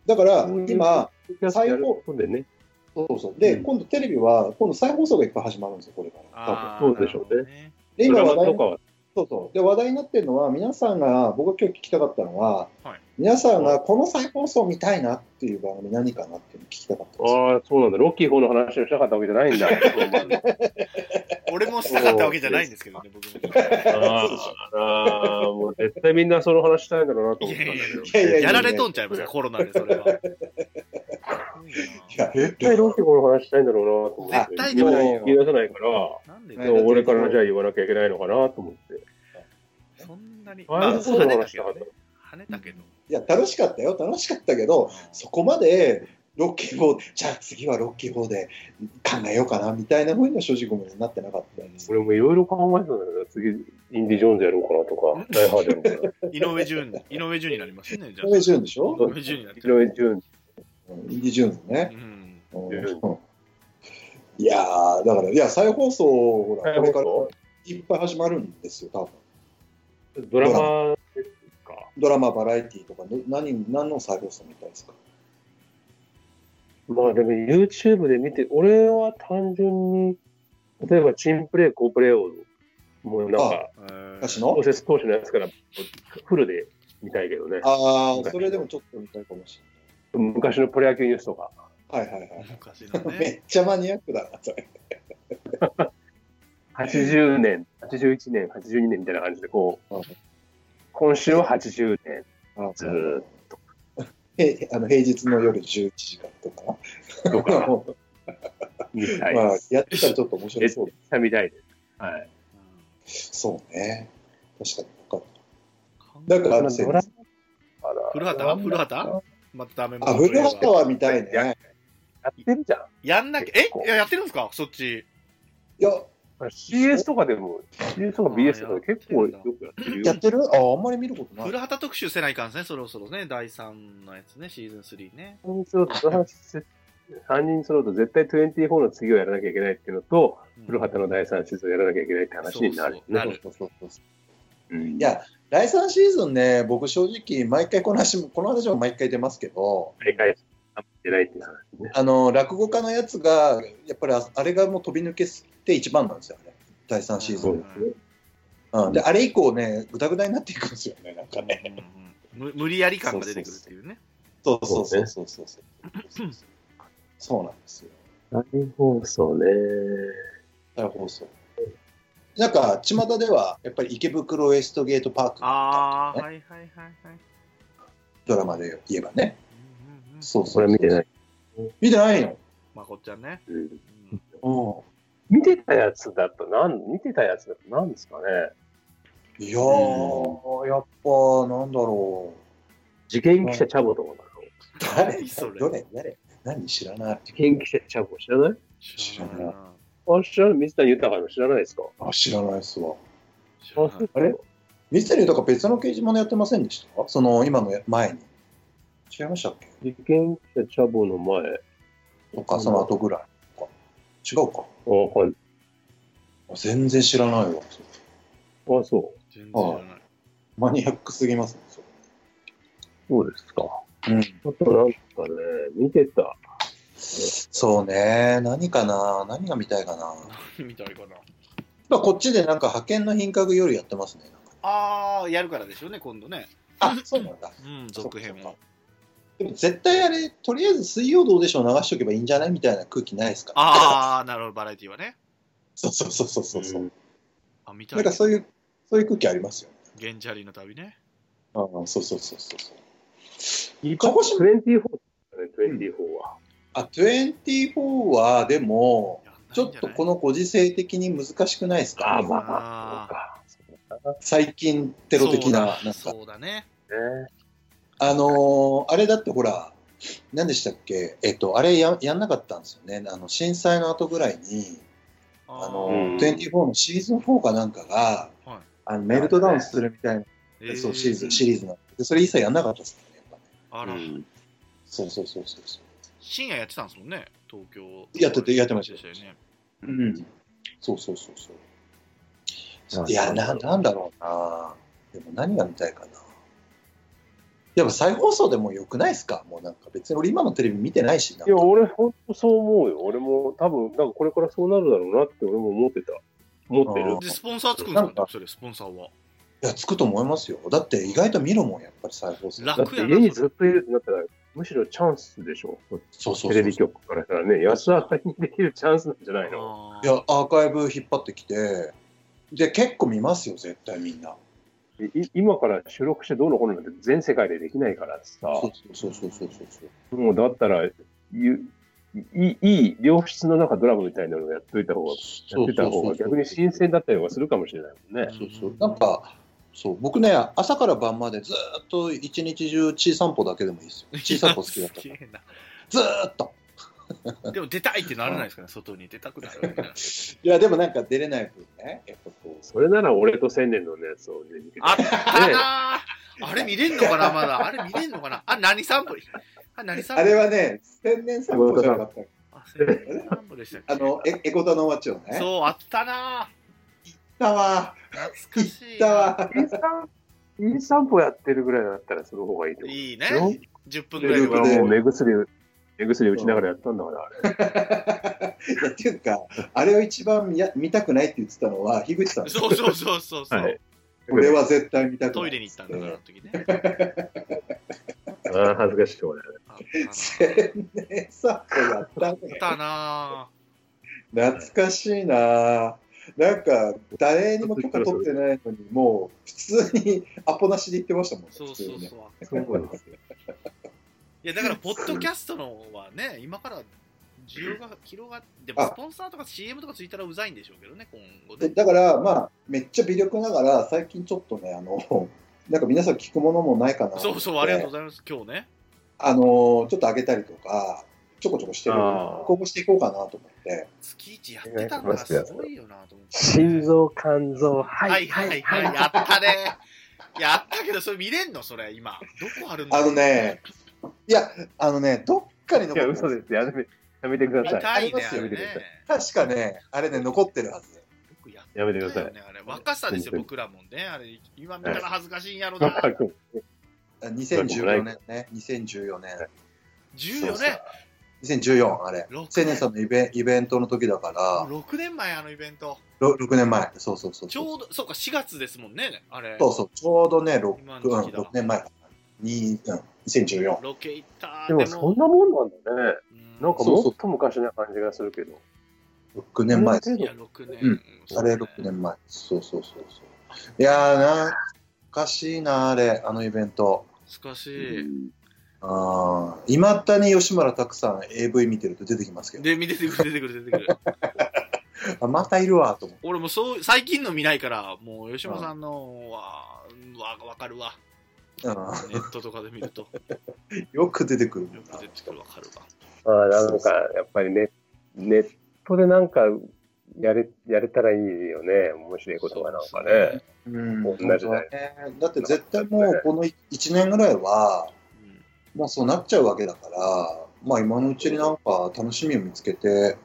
だから
うん
今、
やることでね。
そうそう。で、
うん
今度テレビは、今度再放送がいっぱい始まるんですよ、これから。多分
あ
そうでしょうね
うね。
で、
ド
今
ラマ
話題
と
に
かは、
そうそう。で、話題になってるのは、皆さんが、僕が今日聞きたかったのは、
はい
皆さんがこの再放送見たいなっていう番組何かなっていうのを聞きたかったんですよ。
ああ、そうなんだ。ロッキー4の話をしたかったわけじゃないん
*laughs*
だ。
俺もしたかったわけじゃないんですけどね、僕も。
あーあー、もう絶対みんなその話したいんだろうなと思ったんだ
いやい
け
やい
ど。
や
やられとんちゃいますよ、コロナでそれは。すごい
いや、え
絶対ロッキー4の話したいんだろうなと思って。
絶対でもないよ
聞き出せないから。
ななんで
は
だ
い
でも俺からじゃあ言わなきゃいけないのかなと思って。
そんなに。
あーそう
跳
な
ね
んだ
たけどね。跳ねたけど。
いや、楽しかったよ、楽しかったけど、そこまでロッキー4、じゃあ次はロッキー4で考えようかなみたいなふうには正直ごめんなってなかったんですよ。
俺もいろいろ考えてたんだけど、次、インディ・ジョーンズやろうかなとか、ダイ・ハードやろうかな。
井上潤、井上潤になりますね、じゃ
井上
あ。
潤でしょ
井上潤になって
井上
る。
ジョーンズ。
うんインディ・ジューンズね
う。ん。
うんいやー、だから、いや、再放送、ほら、これ
再
から
放
いっぱい始まるんですよ、多分
ドラマですか。
ドラマ、バラエティーとか、ね、何何の再放送みたいですか。
まあでも YouTube で見て、俺は単純に、例えばチンプレー、コープレーを、もうなんか、
昔
えー
の
小説当初のやつからフルで見たいけどね。
ああ、それでもちょっと見たいかもし
昔のプロ野球ニュースとか。
れない。はいはいはい。
昔の
め
ね。
っちゃマニアックだな、それ。
80年、81年、82年みたいな感じで、こう
うん、
今週は80年、
あ
ずーっ
へあの平日の夜11時からとか。
ととか、見たい
まあ
で、す。
やってたらちょっと面白そう
まあ、見たいです。はい。
そうね。確かに分か
うん
る。だから、
ドラ
古畑古畑またダメ
あ、古畑は見たいね。
やってるじゃん。
やんなきゃ、えいや、やってるんですかそっち。
いや、
CS とかでも、CS とか BS とかで結構よくやってる
や
よ
っ。てるああ、あんまり見ることない。
古畑特集せないかんですね、そろそろね、第3のやつね、シーズン3ね。
3人揃うと、その話絶三人揃うと絶対24の次をやらなきゃいけないっていうのと、
うん
古畑の第3シーズンをやらなきゃいけないって話になるよ
そうそうな
ね
る。
そうそうそうそう
うん
いや、第3シーズンね、僕正直、毎回この話も、この話も毎回出ますけど、
大会あんま出ないっていう話ね。
あの、落語家のやつが、やっぱりああれがもう飛び抜けて一番なんですよね。第3シーズ
そ
ン。
うですね。
うん、で、あれ以降ね、ぐだぐだになっていくんですよね、なんかね。
うんうんむ無理やり感が出てくるっていうね。
そうそうそうそうそうそう。そうなんですよ。
大放送ね。
大放送。なんか、巷では、やっぱり池袋ウエストゲートパークの
ああ、
ね
はいはいはいはい。
ドラマで言えばね。
うんうんうん
そうそ
そ
う
れ見てない。
見てないよ。
まこっちゃんね。
うん
うん
う
見てたやつだと、なん、見てたやつだと何ですかね。
ん。いやー、やっぱ、なんだろう。
事件記者チャボとかだろ。
誰
何それ
どれ誰何知らない。
事件記者チャボ知らない
知らない
知ら
な。
あ、知らない。水谷豊の知らないですか
あ、知らないっすわ。
知らない
あれミステリーとか別の掲示板でやってませんでしたその、今の前に。違いましたっけ
事件記者チャボの前。
とか、その後ぐらいとか。違うか。
あ、はい
全然知らないわ。
あそう。
全然知らない。
マニアックすぎますね。そ
そうですか。
れうん。
あとなんかね、見てた。
そうね、何かな、何が見たいかな。
何みたい *laughs* かな。
まあ、こっちでなんか派遣の品格夜やってますね。
ああ、やるからでしょうね、今度ね。
なんかあ、そうなんだ。
うん、続編
そっ
も
か。でも絶対あれ、とりあえず水曜どうでしょう流しとけばいいんじゃないみたいな空気ないですか
ああ、なるほど、バラエティはね。
そうそうそうそうそうそう、
うん
あ、見た
ないんか。そういう、そういう空気ありますよ。
ゲンチャリの旅ね。
ああ、そうそうそうそうそう。
いい
鹿児島
24ですね、24は。
あ、24はでも、
やんないん
ち
じゃ
ょ
ない
っとこのご時世的に難しくないです
あ
か、
まあ
あ
最近テロ的な、なん
そ
か
うだ。そうだね。
ね。
あのーあれだってほら、何でしたっけ、えっと、あれややんなかったんですよね、あの震災の後ぐらいに、あの
ー
うん
24のシーズン4かなんかが、
はい
あのメルトダウンするみたいな、
えー
そうシーズンシリーズなんで、それ一切やんなかったですね、やっぱね。
あら、
そうそうそうそうそ
深夜やってたんですもんね、東京。
やっててやってました
でよね。
う。うん、そうそうそうそう。い
い
やな、なんだろうな、でも何が見たいかな。やっぱ再放送でもよくないですか、もうなんか別に俺、今のテレビ見てないし、なん
いや、
か
俺、ほんとそう思うよ。俺も、多分なんかこれからそうなるだろうなって俺も思ってた。思ってる
あー。
で、スポンサーつくんです
なん
か
か
ね、それ、スポンサーは。
いや、つくと思いますよ。だって意外と見るもん、やっぱり再放送。
だ
楽
って家にずっといるってなったら、むしろチャンスでしょ。
そうそうそう
テレビ局からしたらね、安上がりにできるチャンスなんじゃないの
あ
い
ー
や、アーカイブ引っ張ってきて、で、結構見ますよ、絶対みんな。
い今から収録してどうのこうのなんて全世界でできないからさ、
そうそうそうそうそうそう。
もうだったら、ゆいいいい良質の中ドラマみたいなのをやっといた方が、やってた方が逆に新鮮だったりとかするかもしれないもんね。
そうそう。なんか、そう、僕ね、朝から晩までずーっと一日中、小散歩だけでもいいですよ。小散歩好きだった
い
か
や
ら。
*laughs* すげ
ずーっと。
えなでも出たいってならないですかね、外に出たくなるみたいな。
いや、でもなんか出れない分ね、やっぱこう。
それなら俺と千年のやつをね見て
あったなー *laughs* あれ見れんのかな、まだ。あれ見れんのかな。あ、何散歩あ、何散歩
あれはね、千年散歩じゃなかった。
あ、何散歩でしたっけ
あの、エエコタのおばちをね。
そう、あったな
だわ
ー懐
ー。
か
行
し
っ
い
た
な。
わ
インスタインスタンプやってるぐらいだったらその方がいいと思
いいう
よ
ね。。10分ぐらい
俺
ループ
は
で
もう目薬、目薬打ちながらやったんだから、あれ。
*laughs* ー。いや、っていうか、あれを一番や見たくないって言ってたのは、樋口さんです
そうそうそうそう
*laughs*
そう、
はい
俺は絶対見たくない。
トイレに行ったんだから、あの時ね。
ああ、恥ずかしい俺。
あったな
千年散歩やったね。
あったな
懐かしいななんか、誰にも許可取ってないのに、もう、普通にアポなしで行ってましたもんね。
そう
普
そう
通にね
そう。
*laughs* そうですよ。
いや、だから、ポッドキャストの方はね、今から需要が広がって、でも
あ
スポンサーとか CM とかついたらうざいんでしょうけどね、今後
で
ね。
だから、まあ、めっちゃ微力ながら、最近ちょっとね、あの、 *laughs* なんか皆さん聞くものもないかなと思っ
そ
て
うそう、ありがとうございます、今日ね。
あの、ちょっと上げたりとか、ちょこちょこしてる今後していこうかなと思って
月一やってたのがすごいよなと思って。
心臓、肝臓、
は
はいい、
は
はいい、
はい、
はい。
やったね。やったけど、それ見れんのそれ、今。どこあるんだ
あのねいやあのねどっかに
い
残
や、
って
嘘です。やめて、やめてく
見
ださい。
たいね、あ
ありますよ
れね。
確かねあれね残ってるはず
よくやっ
やめて
た
くだ
よ
さい。
ね、あれ。若さですよ、
本
僕らもね。あれ、今見たら恥ずかしいんやろ
わ
な
か。る
2014年ね2014年
14
そうそ
年
う2014あれ
六
青年さんのイベイベントの時だから
?6 年前、あのイベント。
ろ6年前そうそうそう
ち
そう
ょうど、そうか、4月ですもんね、あれ。
そうそうちょうどね 6,、ろく
今の
うん、
時期だ
6年前に、うん、2014
ロケ行った。
*laughs* でも、そんなもんなんだね。
うん
なんかもっと昔な感じがするけど。
6年前です
いや、6年。
うん
そ
あ
うね
れ6年前。そうそうそうそう。いやーな、おかしいな、あれ、あのイベント。
懐かしい。
あいまだに吉村拓さん AV 見てると出てきますけど、
で、見てくる、出てくる、出てくる。
あまたいるわと思って。
俺もそう、最近の見ないから、もう吉本さんのは、うんわ、わかるわ。
う
ネットとかで見ると、
ん、よく出てくるも
よ
ん
く出てくるわかるわ。
ああ、なんか、やっぱりね、ネットでなんか、やれ、やれたらいいよね。面白いことがなんかね。
な。
同じだよ
ねだって絶対もうこの1年ぐらい
う
は、
ん
もうそうなっちゃうわけだから、まあ今のうちになんか楽しみを見つけて、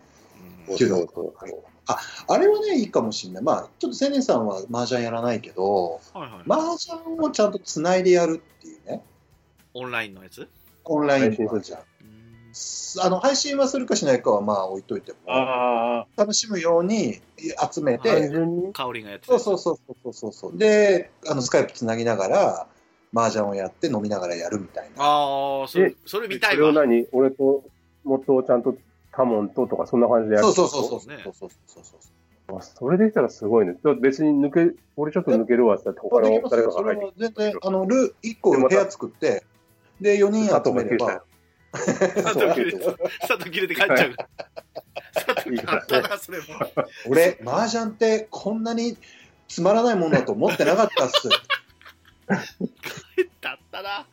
うん
けど
そうそうそう
あれはね、いいかもしれない。まあちょっと青年さんは麻雀やらないけど、
はいはい。
麻雀をちゃんとつないでやるっていうね。
オンラインのやつ
オンラインの麻雀。
うん
あの配信はするかしないかはまあ置いといても、
あ
楽しむように集め
単
単
て、
純に
カオリンがやってた
そう
やつ
そうそうそうそうそう。で、あのスカイプつなぎながら、麻雀をやって飲みながらやるみたいな。
ああ、それ
え、
それ見た
そ
い
れを
わ。
何俺と、元をちゃんと、タモンととか、そんな感じでやる
そうそうそうそう
そうね
そうそうそうそう。
あそれできたらすごいね。ちょっと別に抜け、俺ちょっと抜けるわって言ったら、
まあ
他
で
の
きます
誰
よ。
か
そ
が
れ
入って
は全然、あの、ルー1個部屋作って、で、4人集めれば、
佐藤切れて、佐藤切れて帰っちゃう。佐藤切れて、あったな、それも。
*laughs* 俺、麻雀ってこんなにつまらないもんだと思ってなかったっ
*laughs*
す。
だったな。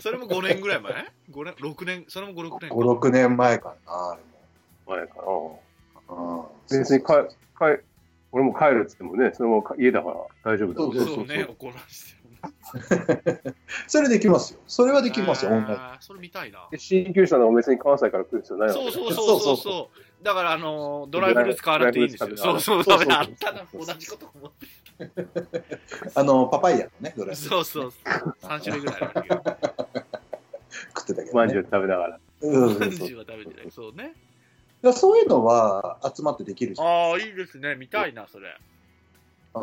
それも5年ぐらい前 ?5 年、6年、それも5、6年か。
5、6年前かな、あれ
前かな。
も。うん
別に帰、帰、俺も帰るっつってもね、それも家だから大丈夫だ
そうそう
そうね、怒らしてる。
それできますよ。それはできますよ、オンライン。
あーそれ見たいな。
新旧さんの別に関西から来る必要ないわけ
そう
だ
そう
ね
そうそ
そうう
そう。だから、あのー、ドライフルーツ買わなくていいんですよ。
ドライ
そう
フ
そう、
買
ダ
わな
メ
くていい
だ。あったな、同じこと思って
あの、パパイヤのね、
る。
ドライフル
そうそう。3種類ぐらいあるけど。
食ってたけど、
まんじ
ね
ゅう。食べながら。
うんそうそう
30は食べてない。そうね。
だそういうのは集まってできるじゃん。
ああ、いいですね。見たいな、それ。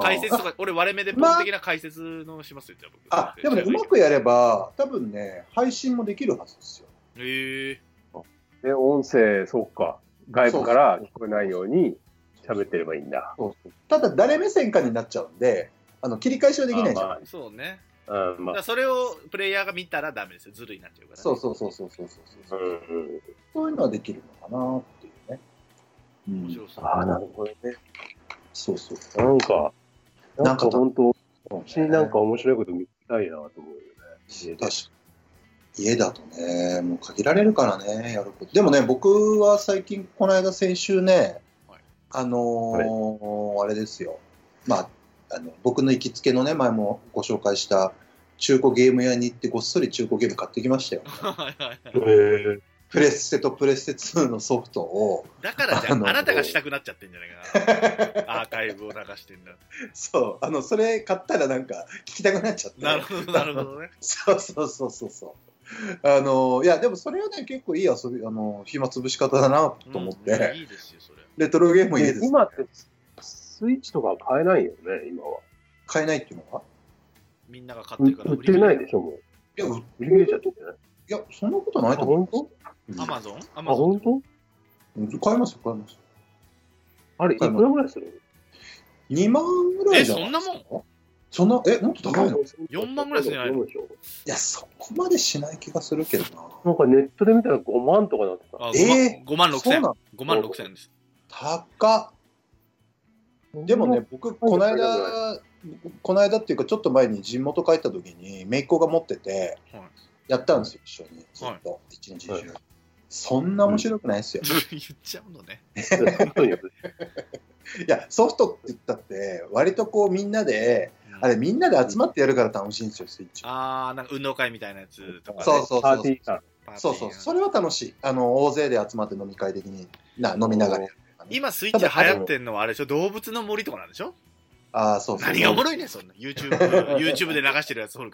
解説とか、俺割れ目でポン的な解説のしますよ、じゃあ
あ、
僕。
でもね、うまくやれば、多分ね、配信もできるはずですよ。
ええ
で、音声、そっか。外部から聞こえないように喋ってればいいんだ。
ただ、誰目線かになっちゃうんで、あの切り返しはできないじゃん。
ま
そうね。
あうん、ま
だか
あ
ら、それをプレイヤーが見たらダメですよ。ずるいなっちゃうから、ね。
そうそうそうそうそうそうう、
んうん。
そういうのはできるのかなっていうね。う
面
ん、
白そう。 *laughs*
ああ、なるほどね。
そうそう。
なんか、なんか本当、
そう
私なんか面白いこと見たいなと思うよね。家
確
で
かに家だとね、もう限られるからね、やること。でもね、僕は最近、この間、先週ね
はい、
あのーあれですよ、まああの、僕の行きつけのね、前もご紹介した中古ゲーム屋に行って、ごっそり中古ゲーム買ってきましたよ。
はいはいはい
へ
プレステとプレステ2のソフトを、
だからじゃあ、
あの
あなたがしたくなっちゃってんじゃない
*laughs*
かな。アーカイブを流してんだ。
そう、あの、それ買ったらなんか、聞きたくなっちゃって。
なるほど、なるほどね。
そうそうそうそうそう。あのいやでもそれはね結構いい遊びあの暇つぶし方だな *laughs* と思って、
うんいいですよ、それ。
レトロゲーム家
え
です
今って、スイッチとかは買えないよね、今は。
買えないっていうのは
みんなが買ってるから
売ってないで
し
しょ、もう。
いやう
売り切れちゃってんじゃない
いやそんなことないと思う
当
アマゾンア
あ、
マゾン
本当
うん買いますよ買いますよ
あれ、いくらぐらいする
2万ぐらいじゃ
えそんなもん
んそんなえもっと高いのい
4万ぐらいするんじゃないの
やそこまでしない気がするけどな
なんかネットで見たら5万とかなってた。
あ
え
5万
そうな
6000
の。
5万6000です。
高っでもね、僕この間この間っていうかちょっと前に地元帰った時に姪っ子が持ってて
はい *laughs*
やったんですよ一緒にずっと、一日中、
はい
そんな面白くないですよ。
言っちゃうのね。
いや、ソフトって言ったって、割とこうみんなで、あれみんなで集まってやるから楽しいんですよ、スイッチは。
あーなんか運動会みたいなやつとかね、
そうそう
パ
そ
ーティ
う
ー。感。
パーティー
そうそう、それは楽しい。あの、大勢で集まって飲み会的に、な、飲みながらやるとかね。
今スイッチで流行ってんのはあれでしょ動物の森とかなんでしょ
ああ、そうそう。
何がおもろいねんそんな YouTube, YouTube で流してるやつそれ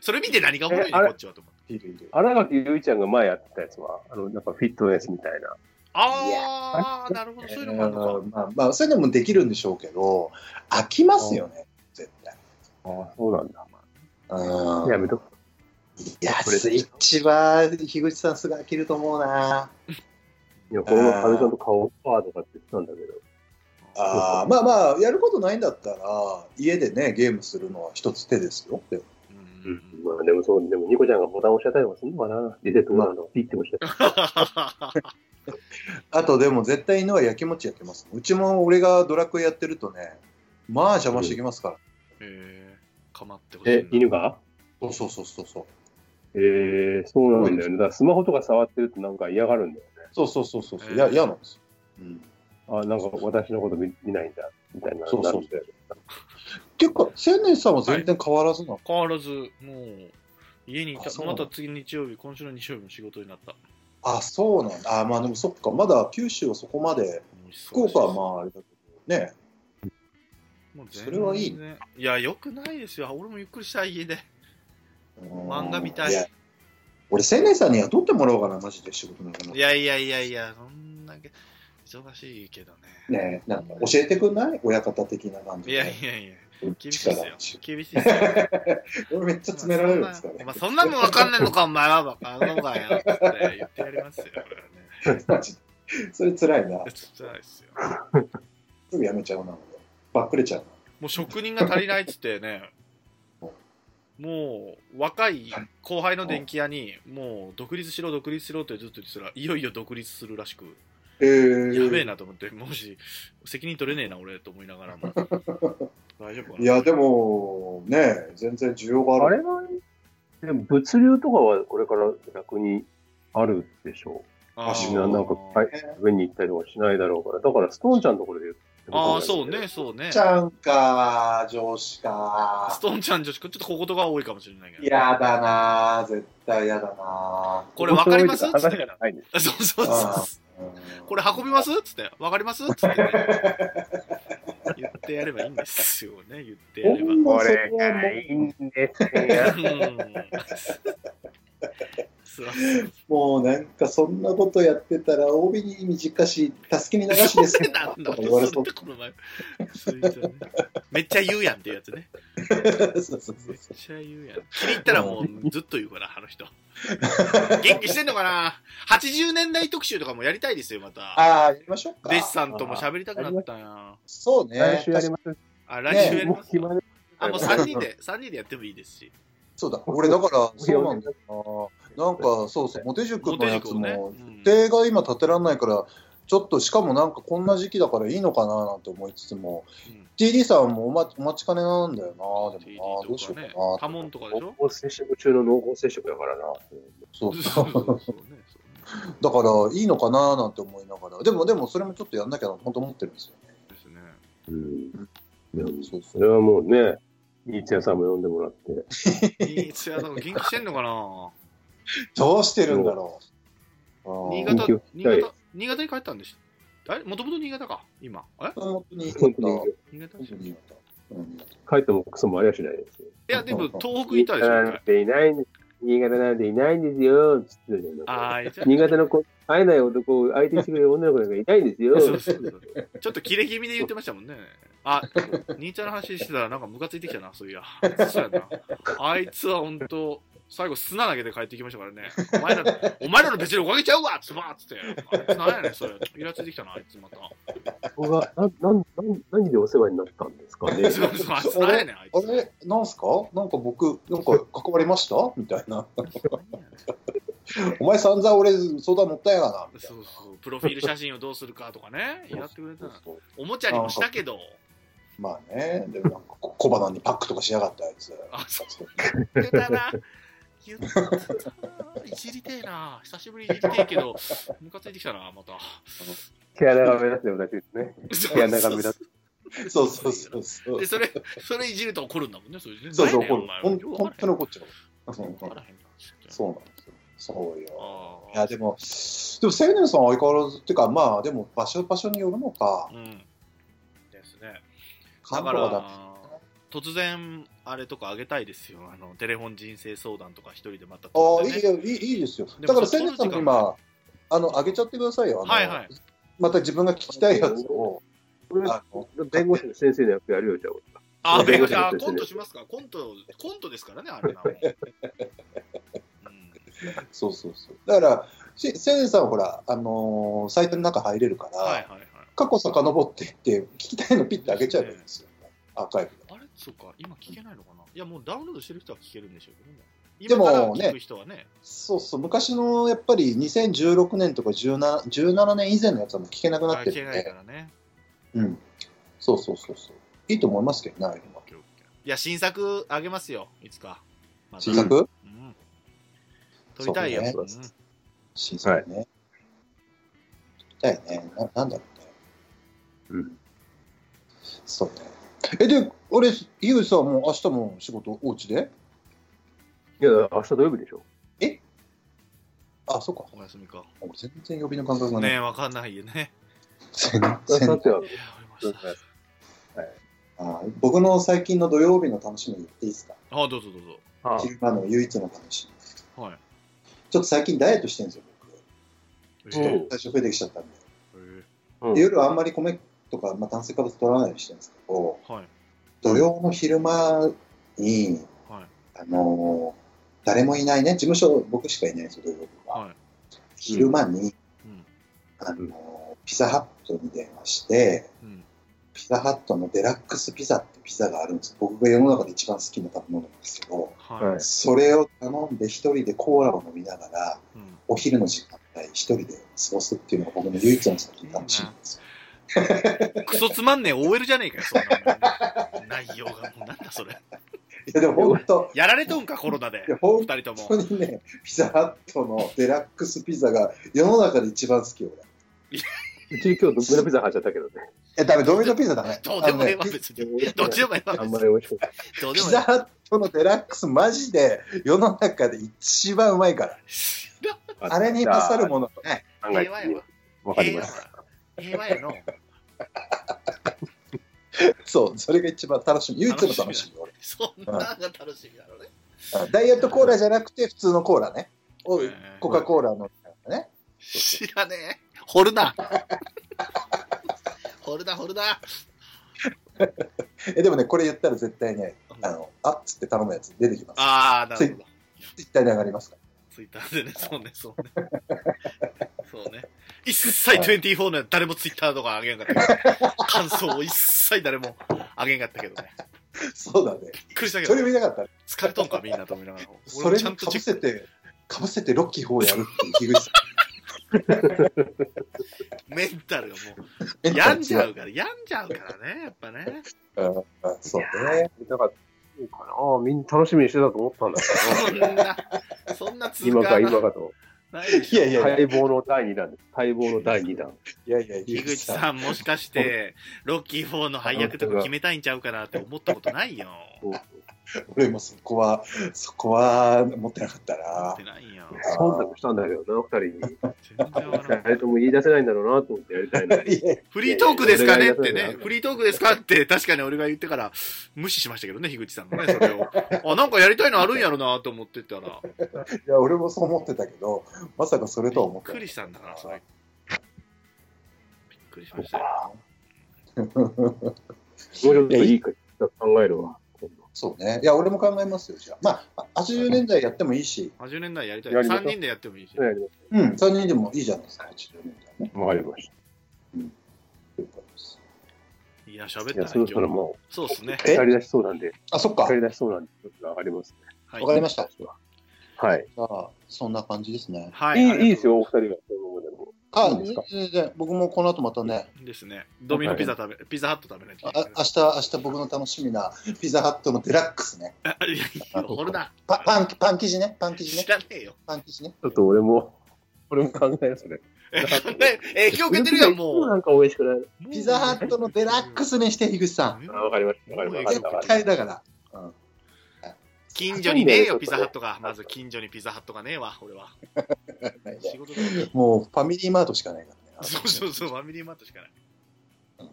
それ見て何がおもろいね
えあ
ん
れ
こっちはと思って
いるいる
荒垣結衣ちゃんが前やってたやつは、あの、なんかフィットネスみたいな。
ああなるほどそういうのもあるのか、
まあまあ、そういうのもできるんでしょうけど、飽きますよね、絶対。
ああ、そうなんだ。
うん
やめとく。
いや、スイッチは、樋口さんすぐ飽きると思うな。
いや、この前、かみさんと顔パーとかって言ってたんだけど。
あーまあまあ、やることないんだったら、家でね、ゲームするのは一つ手ですよ。で
うんうん *laughs* うん
まあでもそう、でもニコちゃんがボタン押しちゃったりとかするのかな。リセットなの。ピッて押しちゃっ
あと、でも絶対犬はやきもちやってます。うちも俺がドラクエやってるとね、まあ邪魔してきますから。
えー、かまってほ
た。
しい
え
な、
犬が
そうそうそうそうそう。
ええそうなんだよね。だからスマホとか触ってるとなんか嫌がるんだよね。
そうそうそうそうそう。
えー
いや、嫌なんですよ。うん
あなんか私のこと見見ないんだ、みたいな。
そうそ
な
う
るんだよね
っていうか、千年さんは全然変わらずなの、
変わらずもう家にいた
あそうな
ま
んだ
た次日曜日今週の日曜日も仕事になった
あ、そうなんだ。あ、まあでもそっか、まだ九州はそこまで、福岡はまああれだけど、ね。
あもう全然
それはいい
いやよくないですよ俺もゆっくりしたい家で
うん
漫画みたい
や俺、千年さんに雇ってもらおうかな、マジで仕事の
いやいやいやいやそんだけ忙しいけどね
ねなんか教えてくんない親方的な感じ
い
で。
やいやいや厳しい
力
ですよ厳しいですよ
*laughs* 俺めっちゃ詰められるんですか
お
ね
前。そんなもん分かんないのか、お前はバカのかよって言ってやりますよ、これはね。
マジそれ辛いな。
つらいですよ。
すぐやめちゃうな。俺ばっくれちゃうな。
もう職人が足りないっつってね、もう若い後輩の電気屋に、もう独立しろ、独立しろってずっと言ってたら、いよいよ独立するらしく、
えー、
やべえなと思って、もし責任取れねえな、俺と思いながらも。大丈夫かない
や、でも、ね全然需要が
あ
ある。
れは、でも物流とかはこれから楽にあるでしょ
あ
う。
足ー
みんななんか、はい、上に行ったりとかしないだろうから。だから、ストーンちゃんのところで言って
ああ、そうね、。そうね。
ちゃんか、上司か。
ストーンちゃん女子、ちょっと小言が多いかもしれないけど。
やだなぁ、絶対やだな
これ分かります
話
つっ
じ
て
ゃ。ないんです。
そうそう
あ
そう。
ぁ。
これ運びますっつって、わかりますっつって、言ってやればいいんですよね、言ってやれば。
こ
いいんですよ。
そうそう
もうなんかそんなことやってたら、帯に短し、たすきに流しですよ
*laughs* なんだ
とか言われそ
それってこの前そう言ったねめっちゃ言うやんっていうやつね。
う。そうそうそ
め
う
っちゃ言うやん。気に入ったらもうずっと言うから、あの人。元気してんのかな ?80 年代特集とかもやりたいですよ、また。
ああ、やりましょうか。
弟子さんとも喋りたくなったよ。
そうね。
*laughs* 来週やります。
あ、来週やり
も
ま
う
す
暇
か
で。
あ、もう3人で、3人でやってもいいですし。
そうだ、俺だから、そうなんだよな。なんか、そうそう、モテ塾のやつも、
うん
定が今立てらんないから、ちょっとしかもなんかこんな時期だからいいのかななんて思いつつも、
うん
TD さんもお待お待ちかねなんだよな、で
TD
もな、どうしよ
と
う
か
かな
ね。多聞とかでしょ
濃厚接触中の濃厚接触だからな。
そう
そ
そう
そうそう
う。
そうねそうね
だから、いいのかななんて思いながら、でも、でも、それもちょっとやんなきゃな、本当思ってるんですよね。
ですね。
うん。でも
そうそ。
そうれはもうね、ニーチェさんも呼んでもらって。
新潟なんか元気してんのかな
どうしてるんだろう。あ
新
ー
潟
元気を聞、き
新
たい
潟、新潟に帰ったんでしょもともと新潟か、今。え
本当に
本
本
当
当
に
に
新潟
本
い
当にうん
帰ってもクソもありゃしないですよ。
や、でも東北いたでしょ、
新潟な
一
ん
回
ていないんです。新潟なんていないんですよ。つってたじゃん
ああ、いた。
新潟の子、会えない男を相手にしてくれる女の子なんかいないんですよ。
*laughs* そうそうそうちょっと切れ気味で言ってましたもんね。あ、兄ちゃんの話してたらなんかムカついてきたな、そういや。そうやな。あいつは本当最後砂投げて帰ってきましたからね。お前ら、お前らの別におかげちゃうわつばーっつって。あいつなんやねん、それ。イラついてきたな、あいつまた。
僕が、な、なん、なん何でお世話になったんですかね。
そうそう、あいつなんやねん、あい
*laughs* あ
つ。
れ、なんすかなんか僕、なんか関わりましたみたいな。お前散々俺相談乗ったんやがな、みたい
そ
な
うそう、プロフィール写真をどうするかとかね、やってくれた
そう
ら。
そう
おもちゃにもしたけど、
まあね、でもなんかこ小鼻にパックとかしやがったやつ。
あ、そう、言ってたな。言ったんだいじりてえな久しぶりにいじりてえけどムカついてきたなまた
毛穴が目立つよ同じですね。
*laughs*
毛穴が目立つ。
そうそうそうそ
*laughs*
う
で。それそれいじると怒るんだもんねそれね
そうそう、
ないね
怒る
お前。
ほん
よく
本
わ
当
からへん
に怒っちゃう。そう
よくわからへんな
そうなんですよ。そうよ。
あ
いや、でも、でも、青年さんは相変わらず、っていうか、まあ、でも、場所場所によるのか
あ、うんですねだ
関
か
東はだ
ら突然あれとかあげたいですよあのテレフォン人生相談とか一人でまた
ああ、い
ね
いよ、いいいいですよ。
で
だ
も
から、
そ
青年さん
その
も
時間
今、あの、上げちゃってくださいよ。あの
はいはい
また自分が聞きたいやつを。あの
弁護士の先生の役やるよ、じゃあ。
あ、弁護士、あ、
弁護士の先生
コントしますかコント、コントですからね、あれな。うん
そうそうそう。だから、し青年さんはほら、あのーサイトの中入れるから、
はいはいはい。
過去遡っていって、聞きたいのピッて上げちゃえばいいんですよ。アーカイブで。
あれそうか、今聞けないのかないや、もうダウンロードしてる人は聞けるんでしょうけどね。
でもね
今から聞く人はね。
そうそう、昔のやっぱり2016年とか 17, 17年以前のやつはもう聞けなくなって
聞
る
け
ん
ないか
で、
らね。
うん、そうそうそうそう、いいと思いますけどね、ああいうのは。
オッケーオッケーいや、新作あげますよ、いつか。また
新作、
うん。撮りたいよ。
そう
うん
ね新作ね。聞きたいねな、なんだろうね。うん。そうね。え、で、俺、井口さんはもう明日も仕事、お家で
いや、明日土曜日でしょ。
あ、そっか、
お休みか。
俺全然呼びの感覚が
ね
ね、
え、わかんないよね。
全
だ
然
っては、
いや、わかりました
あ僕の最近の土曜日の楽しみ言っていいですか、
あ、どうぞどうぞ。
あ
昼間の唯一の楽しみ。
はい。
ちょっと最近ダイエットしてるんですよ、僕。
えー
体重増えてきちゃったんで、
え
うん
で夜あんまり米とか、まあ、炭水化物取らないようにしてるんですけど
ーはい。
土曜の昼間に、
はい
あのー誰もいないね事務所僕しかいないんですよ土曜日は、
はい
昼間に、
うん
あのーピザハットに電話して
うん。
ピザハットのデラックスピザってピザがあるんです僕が世の中で一番好きな食べ物なんですけど
は
はい
い。
それを頼んで一人でコーラを飲みながら
うん
お昼の時間帯一人で過ごすっていうのが僕の唯一の最近の楽しみなんですよ
クソつまんねえ OL じゃねえかよ、そんなの内容がもうなんだそれ。
いやでも本当
やられとんか、コロナで
いや。ほ
二
ん
人とも。
本当にね、ピザハットのデラックスピザが世の中で一番好き、俺。いう
ち今日ドミノピザ入っちゃったけどね。
や、ダメ、ドミノピザダメ。
どうでもええわ、
あのね
別に。どっちでもええわ、
あん
別
ま
に
り。美味しくない。
どう
ピ
でもえ
ザハットのデラックス、マジで世の中で一番うまいから。あれに勝るものはない。
えわ。平和やわ。
わかり
平
ま
和や
す。
わ。平和やの。
そう、それが一番楽しみ。唯一の楽しみ、俺。
そんなんが楽しみなのね。
ダイエットコーラじゃなくて、普通のコーラね。おい
えー
コカ・コーラのね。
知らねえ。掘るな。掘るな、掘るな。
え、でもね、これ言ったら絶対ね、あの、あっつって頼むやつ出てきます。
ああ、なるほど。
絶対に上がりますから。
ツイッターでね、そうね、そうね。そうね。一切24のやつ誰もツイッターとかあげんかったけど、感想を一切誰もあげんかったけどね。
そう
*laughs*
だね。
びっくりしたけ
そ
ど
れ、見なかったら、
疲れとんか、みんなと思いながら。
それ
ちゃ
に
ん
か
とチ
ぶ
ェッ
せ
ク
て、かぶせてロッキー4をやるっていう樋口さん。
メンタルがもう、病んじゃうから、病んじゃうからね、やっぱね。
うんうんそうね。
だから、
そうかなみんな楽しみにしてたと思ったんだ
そんな、そんな通
今
過
か
な
今かと。
ないでし
い
ょ。
やいや
待望の第2弾です。待望の第2弾。
いやいや、
樋口さん、もしかして、ロッキー4の配役とか決めたいんちゃうかなって思ったことないよ。
俺もそこは、そこは持ってなかった
思っ
な
て。ないよ。
忖度したんだけどな、二人に。
全然笑
*laughs*
わない
誰とも言い出せないんだろうなと思ってやりた *laughs* いのに。
いやい
フリートークですかね
いや
っ
いや
て
いやい
ね
や、
フリートークですかって、確かに俺が言ってから、無視しましたけどね、樋口さんがね、それを。あ、なんかやりたいのあるんやろなと思ってたら、び
や、俺もそう思ってたけど、まさかそれとは思
っ
って
く
な
り
い。
したんだから、それ。びっくりしましたよ。
もうちょっといいか考えるわ。今度
そうね。いや、俺も考えますよ、じゃあ。まあ、あ80年代やってもいいし、
80年代やりたい。
やりましょう
3人でやってもいいし。
やりま
うん、3人でもいいじゃないですか、80年代ね。
すわかりました。
いや、喋っ
いや、
た
そ
な、
ろそろもう、
そうですね。
え
二人出しそうなんで、
あ、そっか。
二人出しそうなんで、ちょっと上がりますね。
はい
わかりました。じ
はい。
ゃあ、そんな感じですね。
はいい。
い、いいですよ、お
あ
二人が。そのままでも。
あ、
いいんですか
全然僕もこの後またね、
ですね。ドミノピザ食べ、ピザハット食べないとい
あ
けない。
明日、明日僕の楽しみなピザハットのデラックスね。
あいや、俺るな。
パパンパン生地ね、パン生地ね
知、らねえよ。
パン生地ね。
ょっと俺も、俺も考えよう、それ。
え、そんな影響受けてるやん、も
なんか美味しくない。
う。
ピザハットのデラックスにして、樋口さん。
うん
あわかりました。わかりまし
絶
た。わかりまし
対だから。
近所にねえよ、ピザハットが。まず近所にピザハットがねえわ、俺は。仕事だよ
もうファミリーマートしかないからね。
そうそうそう、ファミリーマートしかない。
た。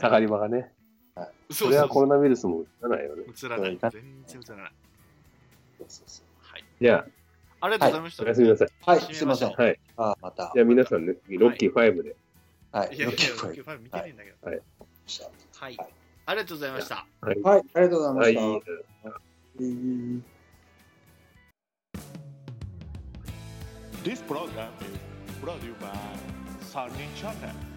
下がり場がね。
そ
そうれ
そ
は
う
コ
そ
ロ
う。
ナウイルスも映らないよね。
映らない
うん。
全然映らない。
そうそうそう
はい。
じゃあ、
ありがとうございました。
おやすみなさい。
はい、すいません。
はい。
あーまた
じ。ゃあ皆さんね、次、ロッキー5で。
はい。
いやいや、
結構
ロ
い
ッキー
い
ファイブ見てないんだけど。はい
はい。
ありがとうございました。
はい、ありがとうござ
はいい
ま。した。
This program is brought to you by Sunny Channel.